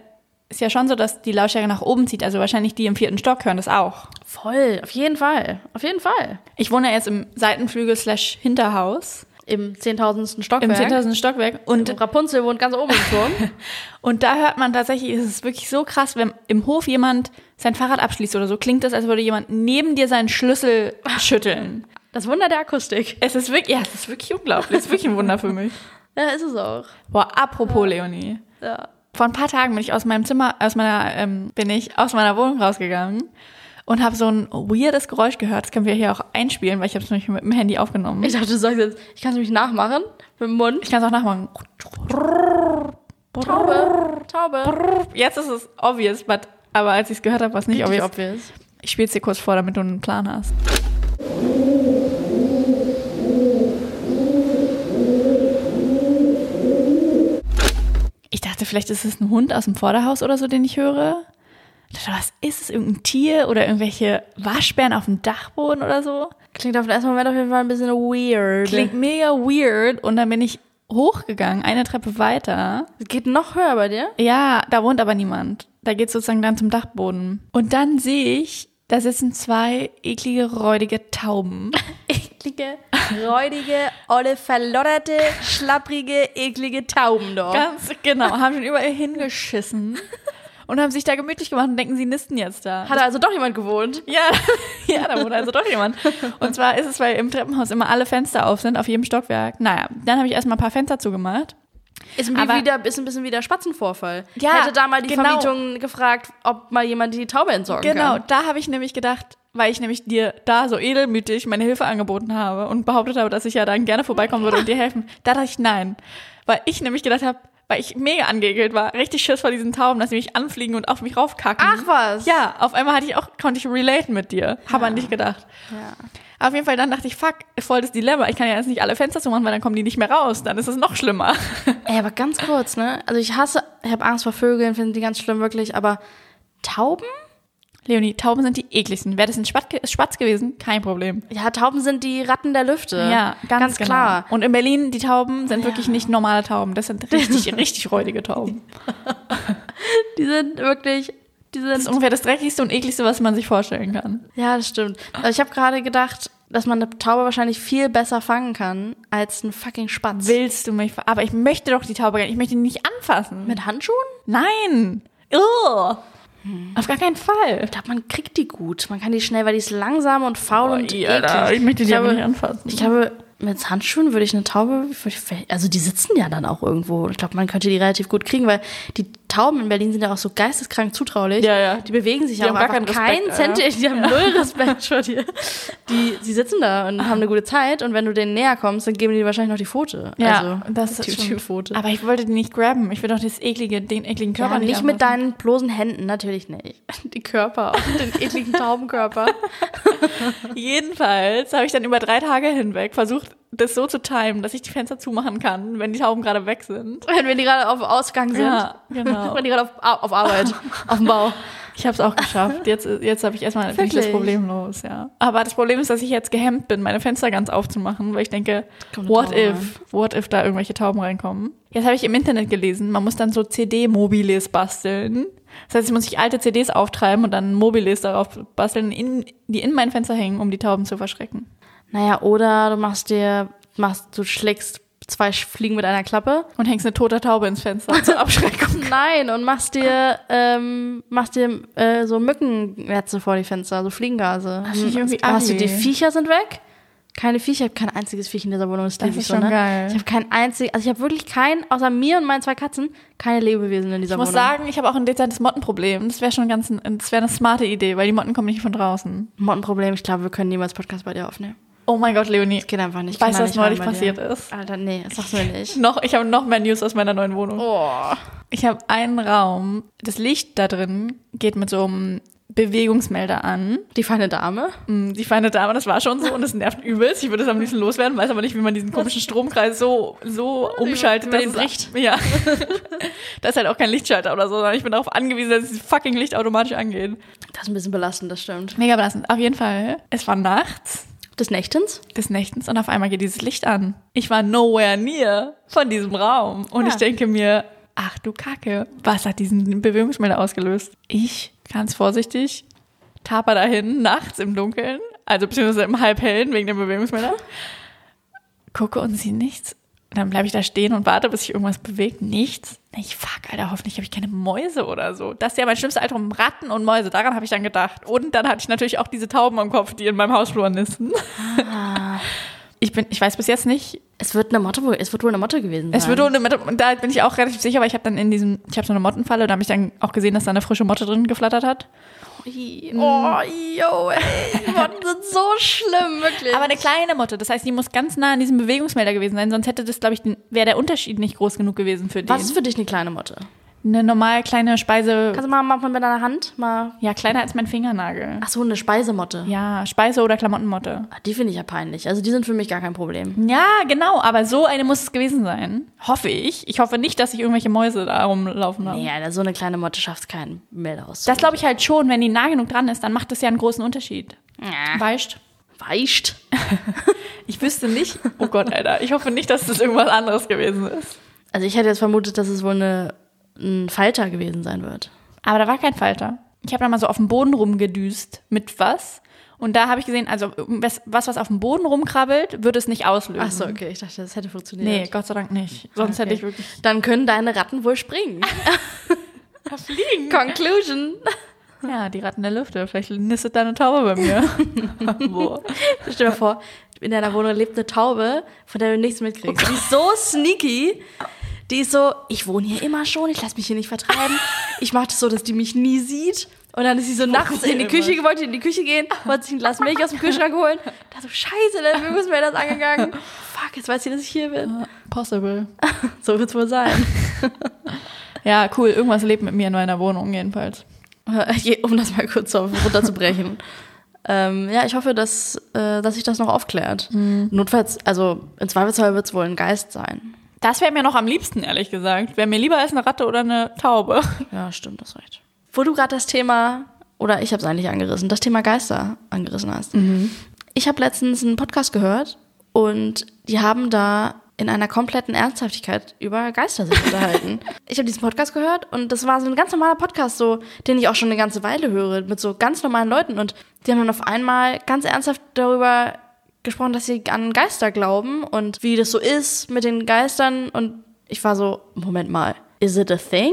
A: ist ja schon so, dass die Lautstärke nach oben zieht. Also wahrscheinlich die im vierten Stock hören das auch.
B: Voll, auf jeden Fall. Auf jeden Fall.
A: Ich wohne ja jetzt im Seitenflügel slash Hinterhaus,
B: Im 10.000. Stockwerk.
A: im 10.000 Stockwerk. Und
B: Rapunzel wohnt ganz oben im Turm.
A: Und da hört man tatsächlich, es ist wirklich so krass, wenn im Hof jemand sein Fahrrad abschließt oder so, klingt das, als würde jemand neben dir seinen Schlüssel schütteln.
B: Das Wunder der Akustik.
A: Es ist wirklich, ja, es ist wirklich unglaublich. Es ist wirklich ein Wunder für mich.
B: Ja, ist es auch.
A: Boah, apropos Leonie.
B: Ja.
A: Vor ein paar Tagen bin ich aus meinem Zimmer, aus meiner, ähm, bin ich aus meiner Wohnung rausgegangen und habe so ein weirdes Geräusch gehört. Das können wir hier auch einspielen, weil ich habe es nämlich mit dem Handy aufgenommen.
B: Ich dachte, du sagst jetzt, ich kann es nämlich nachmachen. Mit dem Mund.
A: ich kann es auch nachmachen.
B: Taube. Taube.
A: Jetzt ist es obvious, but, aber als ich es gehört habe, war es nicht obvious.
B: obvious.
A: Ich spiele es dir kurz vor, damit du einen Plan hast. Ich dachte, vielleicht ist es ein Hund aus dem Vorderhaus oder so, den ich höre. Ich dachte, was ist es? Irgendein Tier oder irgendwelche Waschbären auf dem Dachboden oder so?
B: Klingt auf den ersten Moment auf jeden Fall ein bisschen weird.
A: Klingt mega weird. Und dann bin ich hochgegangen, eine Treppe weiter.
B: Geht noch höher bei dir?
A: Ja, da wohnt aber niemand. Da geht's sozusagen dann zum Dachboden. Und dann sehe ich, da sitzen zwei eklige, räudige Tauben.
B: eklige, räudige, olle, verlodderte, schlapprige, eklige Tauben doch.
A: Ganz genau, haben schon überall hingeschissen und haben sich da gemütlich gemacht und denken, sie nisten jetzt da.
B: Hat also doch jemand gewohnt.
A: Ja, ja, da wohnt also doch jemand. Und zwar ist es, weil im Treppenhaus immer alle Fenster auf sind, auf jedem Stockwerk. Naja, dann habe ich erstmal ein paar Fenster zugemacht.
B: Ist, wie
A: Aber-
B: wieder, ist ein bisschen wie der Spatzenvorfall.
A: Ja,
B: Hätte da mal die
A: genau.
B: Vermietung gefragt, ob mal jemand die Taube entsorgen
A: Genau,
B: kann.
A: da habe ich nämlich gedacht, weil ich nämlich dir da so edelmütig meine Hilfe angeboten habe und behauptet habe, dass ich ja dann gerne vorbeikommen würde und dir helfen, da dachte ich nein. Weil ich nämlich gedacht habe, weil ich mega angeekelt war, richtig Schiss vor diesen Tauben, dass sie mich anfliegen und auf mich raufkacken.
B: Ach was.
A: Ja, auf einmal hatte ich auch, konnte ich relaten mit dir. Habe an dich gedacht.
B: Ja.
A: Auf jeden Fall, dann dachte ich, fuck, voll das Dilemma. Ich kann ja jetzt nicht alle Fenster zumachen, weil dann kommen die nicht mehr raus. Dann ist es noch schlimmer.
B: Ey, aber ganz kurz, ne? Also ich hasse, ich habe Angst vor Vögeln, finde die ganz schlimm wirklich, aber Tauben?
A: Leonie, Tauben sind die ekligsten. Wäre das ein Spatz, ge- Spatz gewesen? Kein Problem.
B: Ja, Tauben sind die Ratten der Lüfte.
A: Ja, ganz, genau.
B: klar.
A: Und in Berlin, die Tauben sind wirklich nicht normale Tauben. Das sind richtig, richtig räudige Tauben.
B: Die sind wirklich, die
A: Das ist
B: sind.
A: ungefähr das dreckigste und ekligste, was man sich vorstellen kann.
B: Ja, das stimmt. Also ich habe gerade gedacht, dass man eine Taube wahrscheinlich viel besser fangen kann als einen fucking Spatz.
A: Willst du mich ver Aber ich möchte doch die Taube gar nicht. Ich möchte die nicht anfassen.
B: Mit Handschuhen?
A: Nein! Ugh.
B: Hm.
A: Auf gar keinen Fall.
B: Ich glaube, man kriegt die gut. Man kann die schnell, weil die ist langsam und faul und
A: Ui,
B: eklig.
A: Alter, ich möchte die aber nicht
B: glaube,
A: anfassen.
B: Oh, ich glaube, mit Handschuhen würde ich eine Taube, also die sitzen ja dann auch irgendwo. Ich glaube, man könnte die relativ gut kriegen, weil die Tauben in Berlin sind ja auch so geisteskrank zutraulich.
A: Ja, ja.
B: Die bewegen sich
A: Die
B: ja auch
A: haben gar
B: einfach
A: keinen Respekt,
B: keinen
A: Alter.
B: Zentimeter. Die haben null Respekt vor dir. Die, sie sitzen da und haben eine gute Zeit und wenn du denen näher kommst, dann geben die dir wahrscheinlich noch die Pfote. also,
A: das
B: die,
A: ist
B: die
A: schon.
B: Pfote.
A: Aber ich wollte die nicht grabben. Ich will doch das eklige, den ekligen Körper
B: Ja,
A: nicht
B: nicht mit
A: anfassen.
B: deinen bloßen Händen, natürlich nicht. Die Körper, den ekligen Taubenkörper.
A: Jedenfalls habe ich dann über drei Tage hinweg versucht, das so zu timen, dass ich die Fenster zumachen kann, wenn die Tauben gerade weg sind.
B: Wenn wir die gerade auf dem Ausgang sind.
A: Ja, genau.
B: Wenn die gerade auf, auf Arbeit, auf dem Bau.
A: Ich habe es auch geschafft. Jetzt, jetzt habe ich erstmal bin ich das
B: Wirklich?
A: Problem los, ja. Aber das Problem ist, dass ich jetzt gehemmt bin, meine Fenster ganz aufzumachen, weil ich denke,
B: Kommt eine
A: what
B: Taube
A: if, what if da irgendwelche Tauben reinkommen. Jetzt habe ich im Internet gelesen, man muss dann so CD-Mobiles basteln. Das heißt, ich muss sich alte CDs auftreiben und dann Mobiles darauf basteln, in, die in mein Fenster hängen, um die Tauben zu verschrecken.
B: Naja, oder du machst dir, machst, du schlägst zwei Sch- Fliegen mit einer Klappe.
A: Und hängst eine tote Taube ins Fenster Also zur Abschreckung.
B: Nein, und machst dir, ähm, machst dir äh, so Mückennetze vor die Fenster, so Fliegengase.
A: Das finde ich irgendwie
B: Hast du, die
A: ugly.
B: Viecher sind weg? Keine Viecher, ich habe kein einziges Viech in dieser Wohnung. Das, lieb
A: Das
B: ich
A: ist
B: so,
A: schon
B: ne?
A: geil.
B: Ich habe kein einziges, also ich habe wirklich kein, außer mir und meinen zwei Katzen, keine Lebewesen in dieser
A: Ich
B: Wohnung.
A: muss sagen, ich habe auch ein dezentes Mottenproblem. Das wäre schon ganz, ein- das wäre eine smarte Idee, weil die Motten kommen nicht von draußen.
B: Mottenproblem, ich glaube, wir können niemals Podcast bei dir aufnehmen.
A: Oh mein Gott, Leonie.
B: Geht einfach nicht.
A: Weißt du,
B: kann da
A: was
B: nicht rein
A: neulich
B: bei
A: passiert
B: dir.
A: ist?
B: Alter, nee, das sagst du mir nicht.
A: Noch, ich habe noch mehr News aus meiner neuen Wohnung.
B: Oh.
A: Ich habe einen Raum, das Licht da drin geht mit so einem Bewegungsmelder an.
B: Die feine Dame.
A: Hm, Die feine Dame, das war schon so und das nervt übelst. Ich würde es am liebsten loswerden, weiß aber nicht, wie man diesen komischen Stromkreis so, so umschaltet,
B: wie man
A: dass
B: den
A: es- Ja. da ist halt auch kein Lichtschalter oder so, sondern ich bin darauf angewiesen, dass dieses fucking Licht automatisch angeht.
B: Das ist ein bisschen belastend, das stimmt.
A: Mega belastend. Auf jeden Fall, es war nachts
B: Des Nächtens?
A: des Nächtens und auf einmal geht dieses Licht an. Ich war nowhere near von diesem Raum und
B: Ja.
A: ich denke mir, ach du Kacke, was hat diesen Bewegungsmelder ausgelöst? Ich, ganz vorsichtig, taper dahin, nachts im Dunkeln, also beziehungsweise im Halbhellen wegen dem Bewegungsmelder, gucke und sehe nichts. Dann bleibe ich da stehen und warte, bis sich irgendwas bewegt. Nichts. Na, Ich fuck, Alter, hoffentlich habe ich keine Mäuse oder so. Das ist ja mein schlimmster Albtraum, Ratten und Mäuse. Daran habe ich dann gedacht. Und dann hatte ich natürlich auch diese Tauben am Kopf, die in meinem Hausflur nisten. Ich bin, ich weiß bis jetzt nicht.
B: Es wird eine Motte, wohl- es wird wohl eine Motte gewesen sein.
A: Es würde eine Motte, und da bin ich auch relativ sicher, weil ich habe dann in diesem, ich habe so eine Mottenfalle, da habe ich dann auch gesehen, dass da eine frische Motte drin geflattert hat.
B: Ui. Oh, yo, ey. Die Motten sind so schlimm, wirklich.
A: Aber eine kleine Motte, das heißt, die muss ganz nah an diesem Bewegungsmelder gewesen sein, sonst hätte das, glaube ich, den- wäre der Unterschied nicht groß genug gewesen für den.
B: was ist für dich eine kleine Motte?
A: Eine normal kleine Speise,
B: Kannst du mal, mal mit deiner Hand mal.
A: ja, kleiner als mein Fingernagel.
B: Ach so, eine Speisemotte.
A: Ja, Speise- oder Klamottenmotte.
B: Ah, Die finde ich ja peinlich. Also, die sind für mich gar kein Problem.
A: Ja, genau, aber so eine muss es gewesen sein. Hoffe ich. Ich hoffe nicht, dass ich irgendwelche Mäuse da rumlaufen habe.
B: Nee, Alter, so eine kleine Motte schafft keinen Meld aus.
A: Das glaube ich halt schon, wenn die nah genug dran ist, dann macht das ja einen großen Unterschied.
B: Ja.
A: Weißt
B: weicht.
A: Ich wüsste nicht. Oh Gott, Alter. Ich hoffe nicht, dass das irgendwas anderes gewesen ist.
B: Also, ich hätte jetzt vermutet, dass es wohl eine, ein Falter gewesen sein wird.
A: Aber da war kein Falter. Ich habe da mal so auf dem Boden rumgedüst mit was. Und da habe ich gesehen, also was, was was auf dem Boden rumkrabbelt, würde es nicht auslösen.
B: Ach so, okay. Ich dachte, das hätte funktioniert.
A: Nee, Gott sei Dank nicht. Sonst hätte ich wirklich.
B: Dann können deine Ratten wohl springen.
A: Fliegen.
B: Conclusion.
A: Ja, die Ratten der Lüfte. Vielleicht nistet da eine Taube bei mir. Boah.
B: Stell dir mal vor, in deiner Wohnung lebt eine Taube, von der du nichts mitkriegst. die ist so sneaky. Die ist so, ich wohne hier immer schon, ich lasse mich hier nicht vertreiben. Ich mache das so, dass die mich nie sieht. Und dann ist sie so nachts in die
A: immer.
B: Küche, wollte in die Küche gehen, wollte sich ein Glas Milch aus dem Kühlschrank holen. Da so, scheiße, dann müssen wir das angegangen. Fuck, jetzt weiß sie, dass ich hier bin.
A: Possible.
B: So wird's wohl sein.
A: Ja, cool. Irgendwas lebt mit mir in meiner Wohnung jedenfalls.
B: Äh, je- Um das mal kurz auf- runterzubrechen. ähm, ja, ich hoffe, dass, äh, dass sich das noch aufklärt. Notfalls, also in Zweifelsfall wird es wohl ein Geist sein.
A: Das wäre mir noch am liebsten, ehrlich gesagt. Wäre mir lieber als eine Ratte oder eine Taube.
B: Ja, stimmt, das recht. Wo du gerade das Thema, oder ich habe es eigentlich angerissen, das Thema Geister angerissen hast. Ich habe letztens einen Podcast gehört und die haben da in einer kompletten Ernsthaftigkeit über Geister sich unterhalten. ich habe diesen Podcast gehört und das war so ein ganz normaler Podcast, so den ich auch schon eine ganze Weile höre, mit so ganz normalen Leuten und die haben dann auf einmal ganz ernsthaft darüber gesprochen, dass sie an Geister glauben und wie das so ist mit den Geistern und ich war so, Moment mal, is it a thing?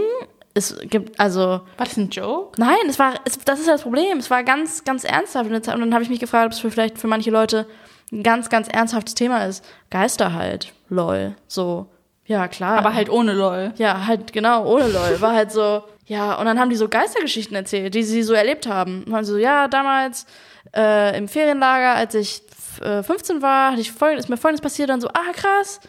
B: Es gibt, also,
A: War das ein Joke?
B: Nein, es war, es, das ist ja das Problem. Es war ganz, ganz ernsthaft. Und dann habe ich mich gefragt, ob es für vielleicht für manche Leute ein ganz, ganz ernsthaftes Thema ist. Geister halt. Lol. So. Ja, klar.
A: Aber halt ohne LOL.
B: Ja, halt, genau, ohne LOL. War halt so, ja, und dann haben die so Geistergeschichten erzählt, die sie so erlebt haben. Und haben so, ja, damals äh, im Ferienlager, als ich f- äh, 15 war, hatte ich folgendes, ist mir folgendes passiert, dann so, ah, krass,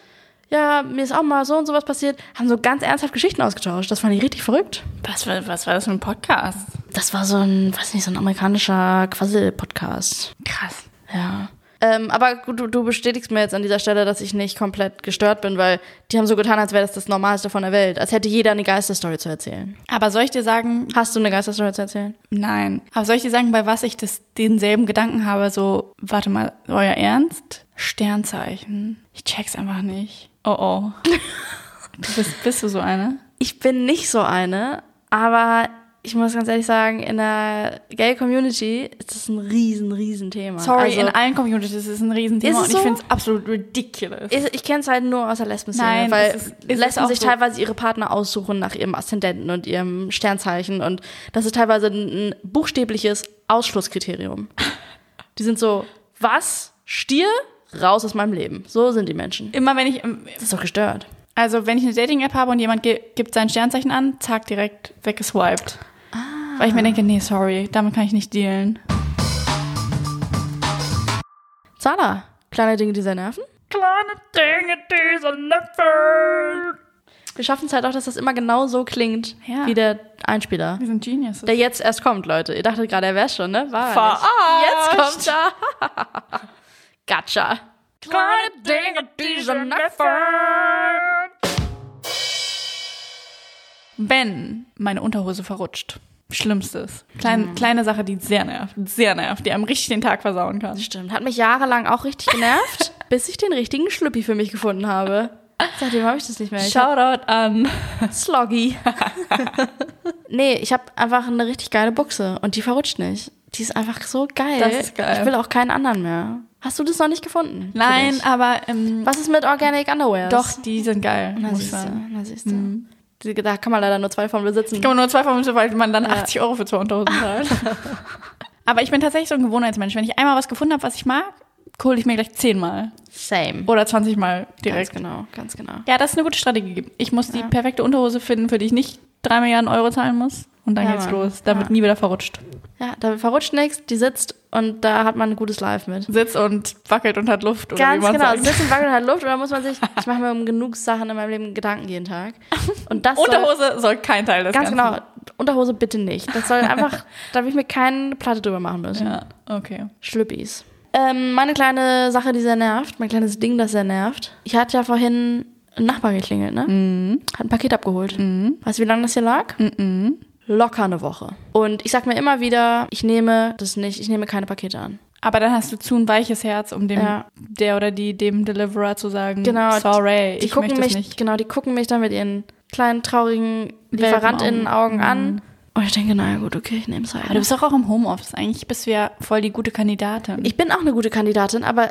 B: ja, mir ist auch mal so und sowas passiert. Haben so ganz ernsthaft Geschichten ausgetauscht. Das fand ich richtig verrückt.
A: Was war, was war das für ein Podcast?
B: Das war so ein, weiß nicht, so ein amerikanischer Quassel-Podcast.
A: Krass.
B: Ja. Ähm, aber gut, du, du bestätigst mir jetzt an dieser Stelle, dass ich nicht komplett gestört bin, weil die haben so getan, als wäre das das Normalste von der Welt. Als hätte jeder eine Geisterstory zu erzählen.
A: Aber soll ich dir sagen,
B: Hast du eine Geisterstory zu erzählen?
A: nein. Aber soll ich dir sagen, bei was ich das, denselben Gedanken habe, so, warte mal, euer Ernst? Sternzeichen. Ich check's einfach nicht. Oh oh. du bist, bist du so eine?
B: Ich bin nicht so eine, aber ich muss ganz ehrlich sagen, in der Gay-Community ist das ein riesen, riesen Thema.
A: Sorry,
B: also,
A: in allen Communities ist es ein Riesenthema und
B: Ist es
A: ich
B: so?
A: find's absolut ridiculous.
B: Ist- Ich kenne es halt nur aus der Lesben-Szene,
A: Nein,
B: weil
A: es ist- es ist
B: Lesben
A: auch
B: sich
A: so.
B: teilweise ihre Partner aussuchen nach ihrem Aszendenten und ihrem Sternzeichen und das ist teilweise ein, ein buchstäbliches Ausschlusskriterium. Die sind so, was? Stier? Raus aus meinem Leben. So sind die Menschen.
A: Immer wenn ich, im-
B: Das ist doch gestört.
A: also wenn ich eine Dating-App habe und jemand ge gibt sein Sternzeichen an, zack, direkt weggeswiped. Weil ich mir denke, nee, sorry, damit kann ich nicht dealen.
B: Zala, kleine Dinge, die sehr nerven.
A: Kleine Dinge, diese Löffel.
B: Wir schaffen es halt auch, dass das immer genau so klingt
A: Ja.
B: wie der Einspieler.
A: Wir sind Geniuses.
B: Der jetzt erst kommt, Leute. Ihr dachtet gerade, er wäre schon, ne? War er nicht. Jetzt
A: Verarscht.
B: kommt er. Gotcha. Kleine Dinge, die so nerven.
A: Wenn meine Unterhose verrutscht. Schlimmstes.
B: Mhm.
A: Klein, Kleine Sache, die sehr nervt. Sehr nervt, die einem richtig den Tag versauen kann.
B: Stimmt, hat mich jahrelang auch richtig genervt, bis ich den richtigen Schlüppi für mich gefunden habe. Seitdem habe ich das nicht mehr. Ich hab
A: Shoutout an.
B: Sloggy. nee, ich habe einfach eine richtig geile Buchse und die verrutscht nicht. Die ist einfach so geil.
A: Das ist geil.
B: Ich will auch keinen anderen mehr. Hast du das noch nicht gefunden? für
A: Nein,
B: dich?
A: aber ähm,
B: Was ist mit Organic Underwear?
A: doch, die sind geil.
B: Na
A: muss ich
B: siehst du,
A: sagen.
B: na siehst du. Die- Mhm. Da kann man leider nur zwei von besitzen.
A: Kann man nur zwei Vermögen, weil man dann 80 Euro für zwei Unterhosen zahlt. aber ich bin tatsächlich so ein Gewohnheitsmensch. Wenn ich einmal was gefunden habe, was ich mag, hole ich mir gleich 10 Mal.
B: Same.
A: Oder 20 Mal direkt.
B: Ganz genau, ganz genau.
A: Ja, das ist eine gute Strategie. Ich muss die perfekte Unterhose finden, für die ich nicht drei Milliarden Euro zahlen muss. Und dann
B: Ja,
A: geht's
B: Mann.
A: los. Da wird nie wieder verrutscht.
B: Ja, da verrutscht nichts, die sitzt und da hat man ein gutes Live mit.
A: Sitzt und wackelt und hat Luft. Oder wie
B: Ganz
A: man
B: genau,
A: Sagt.
B: sitzt und wackelt halt Luft und da muss man sich, ich mache mir um genug Sachen in meinem Leben Gedanken jeden Tag. Und das soll,
A: Unterhose soll kein Teil des
B: ganz
A: Ganzen
B: genau, Unterhose bitte nicht. Das soll einfach, da will ich mir keine Platte drüber machen müssen.
A: sein. Ja, okay.
B: Schlüppis. Ähm, meine kleine Sache, die sehr nervt, mein kleines Ding, das sehr nervt. Ich hatte ja vorhin einen Nachbarn geklingelt, ne?
A: Mhm.
B: Hat ein Paket abgeholt. Weißt du, wie lange das hier lag? Mhm. Locker eine Woche. Und ich sag mir immer wieder, ich nehme das nicht, ich nehme keine Pakete an.
A: Aber dann hast du zu ein weiches Herz, um dem
B: Ja.
A: der oder die dem Deliverer zu sagen,
B: Genau.
A: sorry,
B: die
A: ich
B: gucken
A: möchte
B: mich,
A: es nicht.
B: Genau, die gucken mich dann mit ihren kleinen, traurigen LieferantInnen-Augen
A: Mhm.
B: an. Und ich denke, naja, gut, okay, ich nehme es halt.
A: Aber du bist doch auch im Homeoffice. Eigentlich bist du ja voll die gute Kandidatin.
B: Ich bin auch eine gute Kandidatin, aber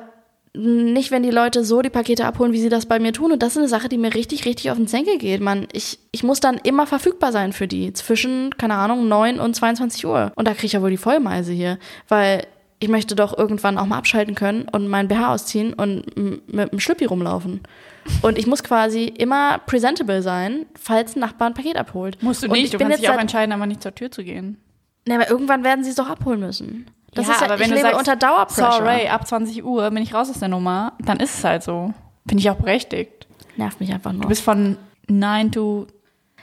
B: nicht, wenn die Leute so die Pakete abholen, wie sie das bei mir tun. Und das ist eine Sache, die mir richtig, richtig auf den Senkel geht, Mann. Ich, ich muss dann immer verfügbar sein für die. Zwischen, keine Ahnung, 9 und 22 Uhr. Und da kriege ich ja wohl die Vollmeise hier. Weil ich möchte doch irgendwann auch mal abschalten können und meinen BH ausziehen und m- mit dem Schlüppi rumlaufen. Und ich muss quasi immer presentable sein, falls ein Nachbar ein Paket abholt.
A: Musst du
B: und
A: nicht,
B: ich
A: du
B: bin
A: kannst
B: jetzt
A: dich auch
B: seit-
A: entscheiden, aber nicht zur Tür zu gehen.
B: Nee, aber irgendwann werden sie es doch abholen müssen. Das
A: Ja,
B: ist ja,
A: aber wenn
B: ich
A: du
B: lebe
A: sagst,
B: unter Dauerpressure.
A: Sorry, ab 20 Uhr bin ich raus aus der Nummer, dann ist es halt so. Finde ich auch berechtigt.
B: Nervt mich einfach nur.
A: Du bist von 9 to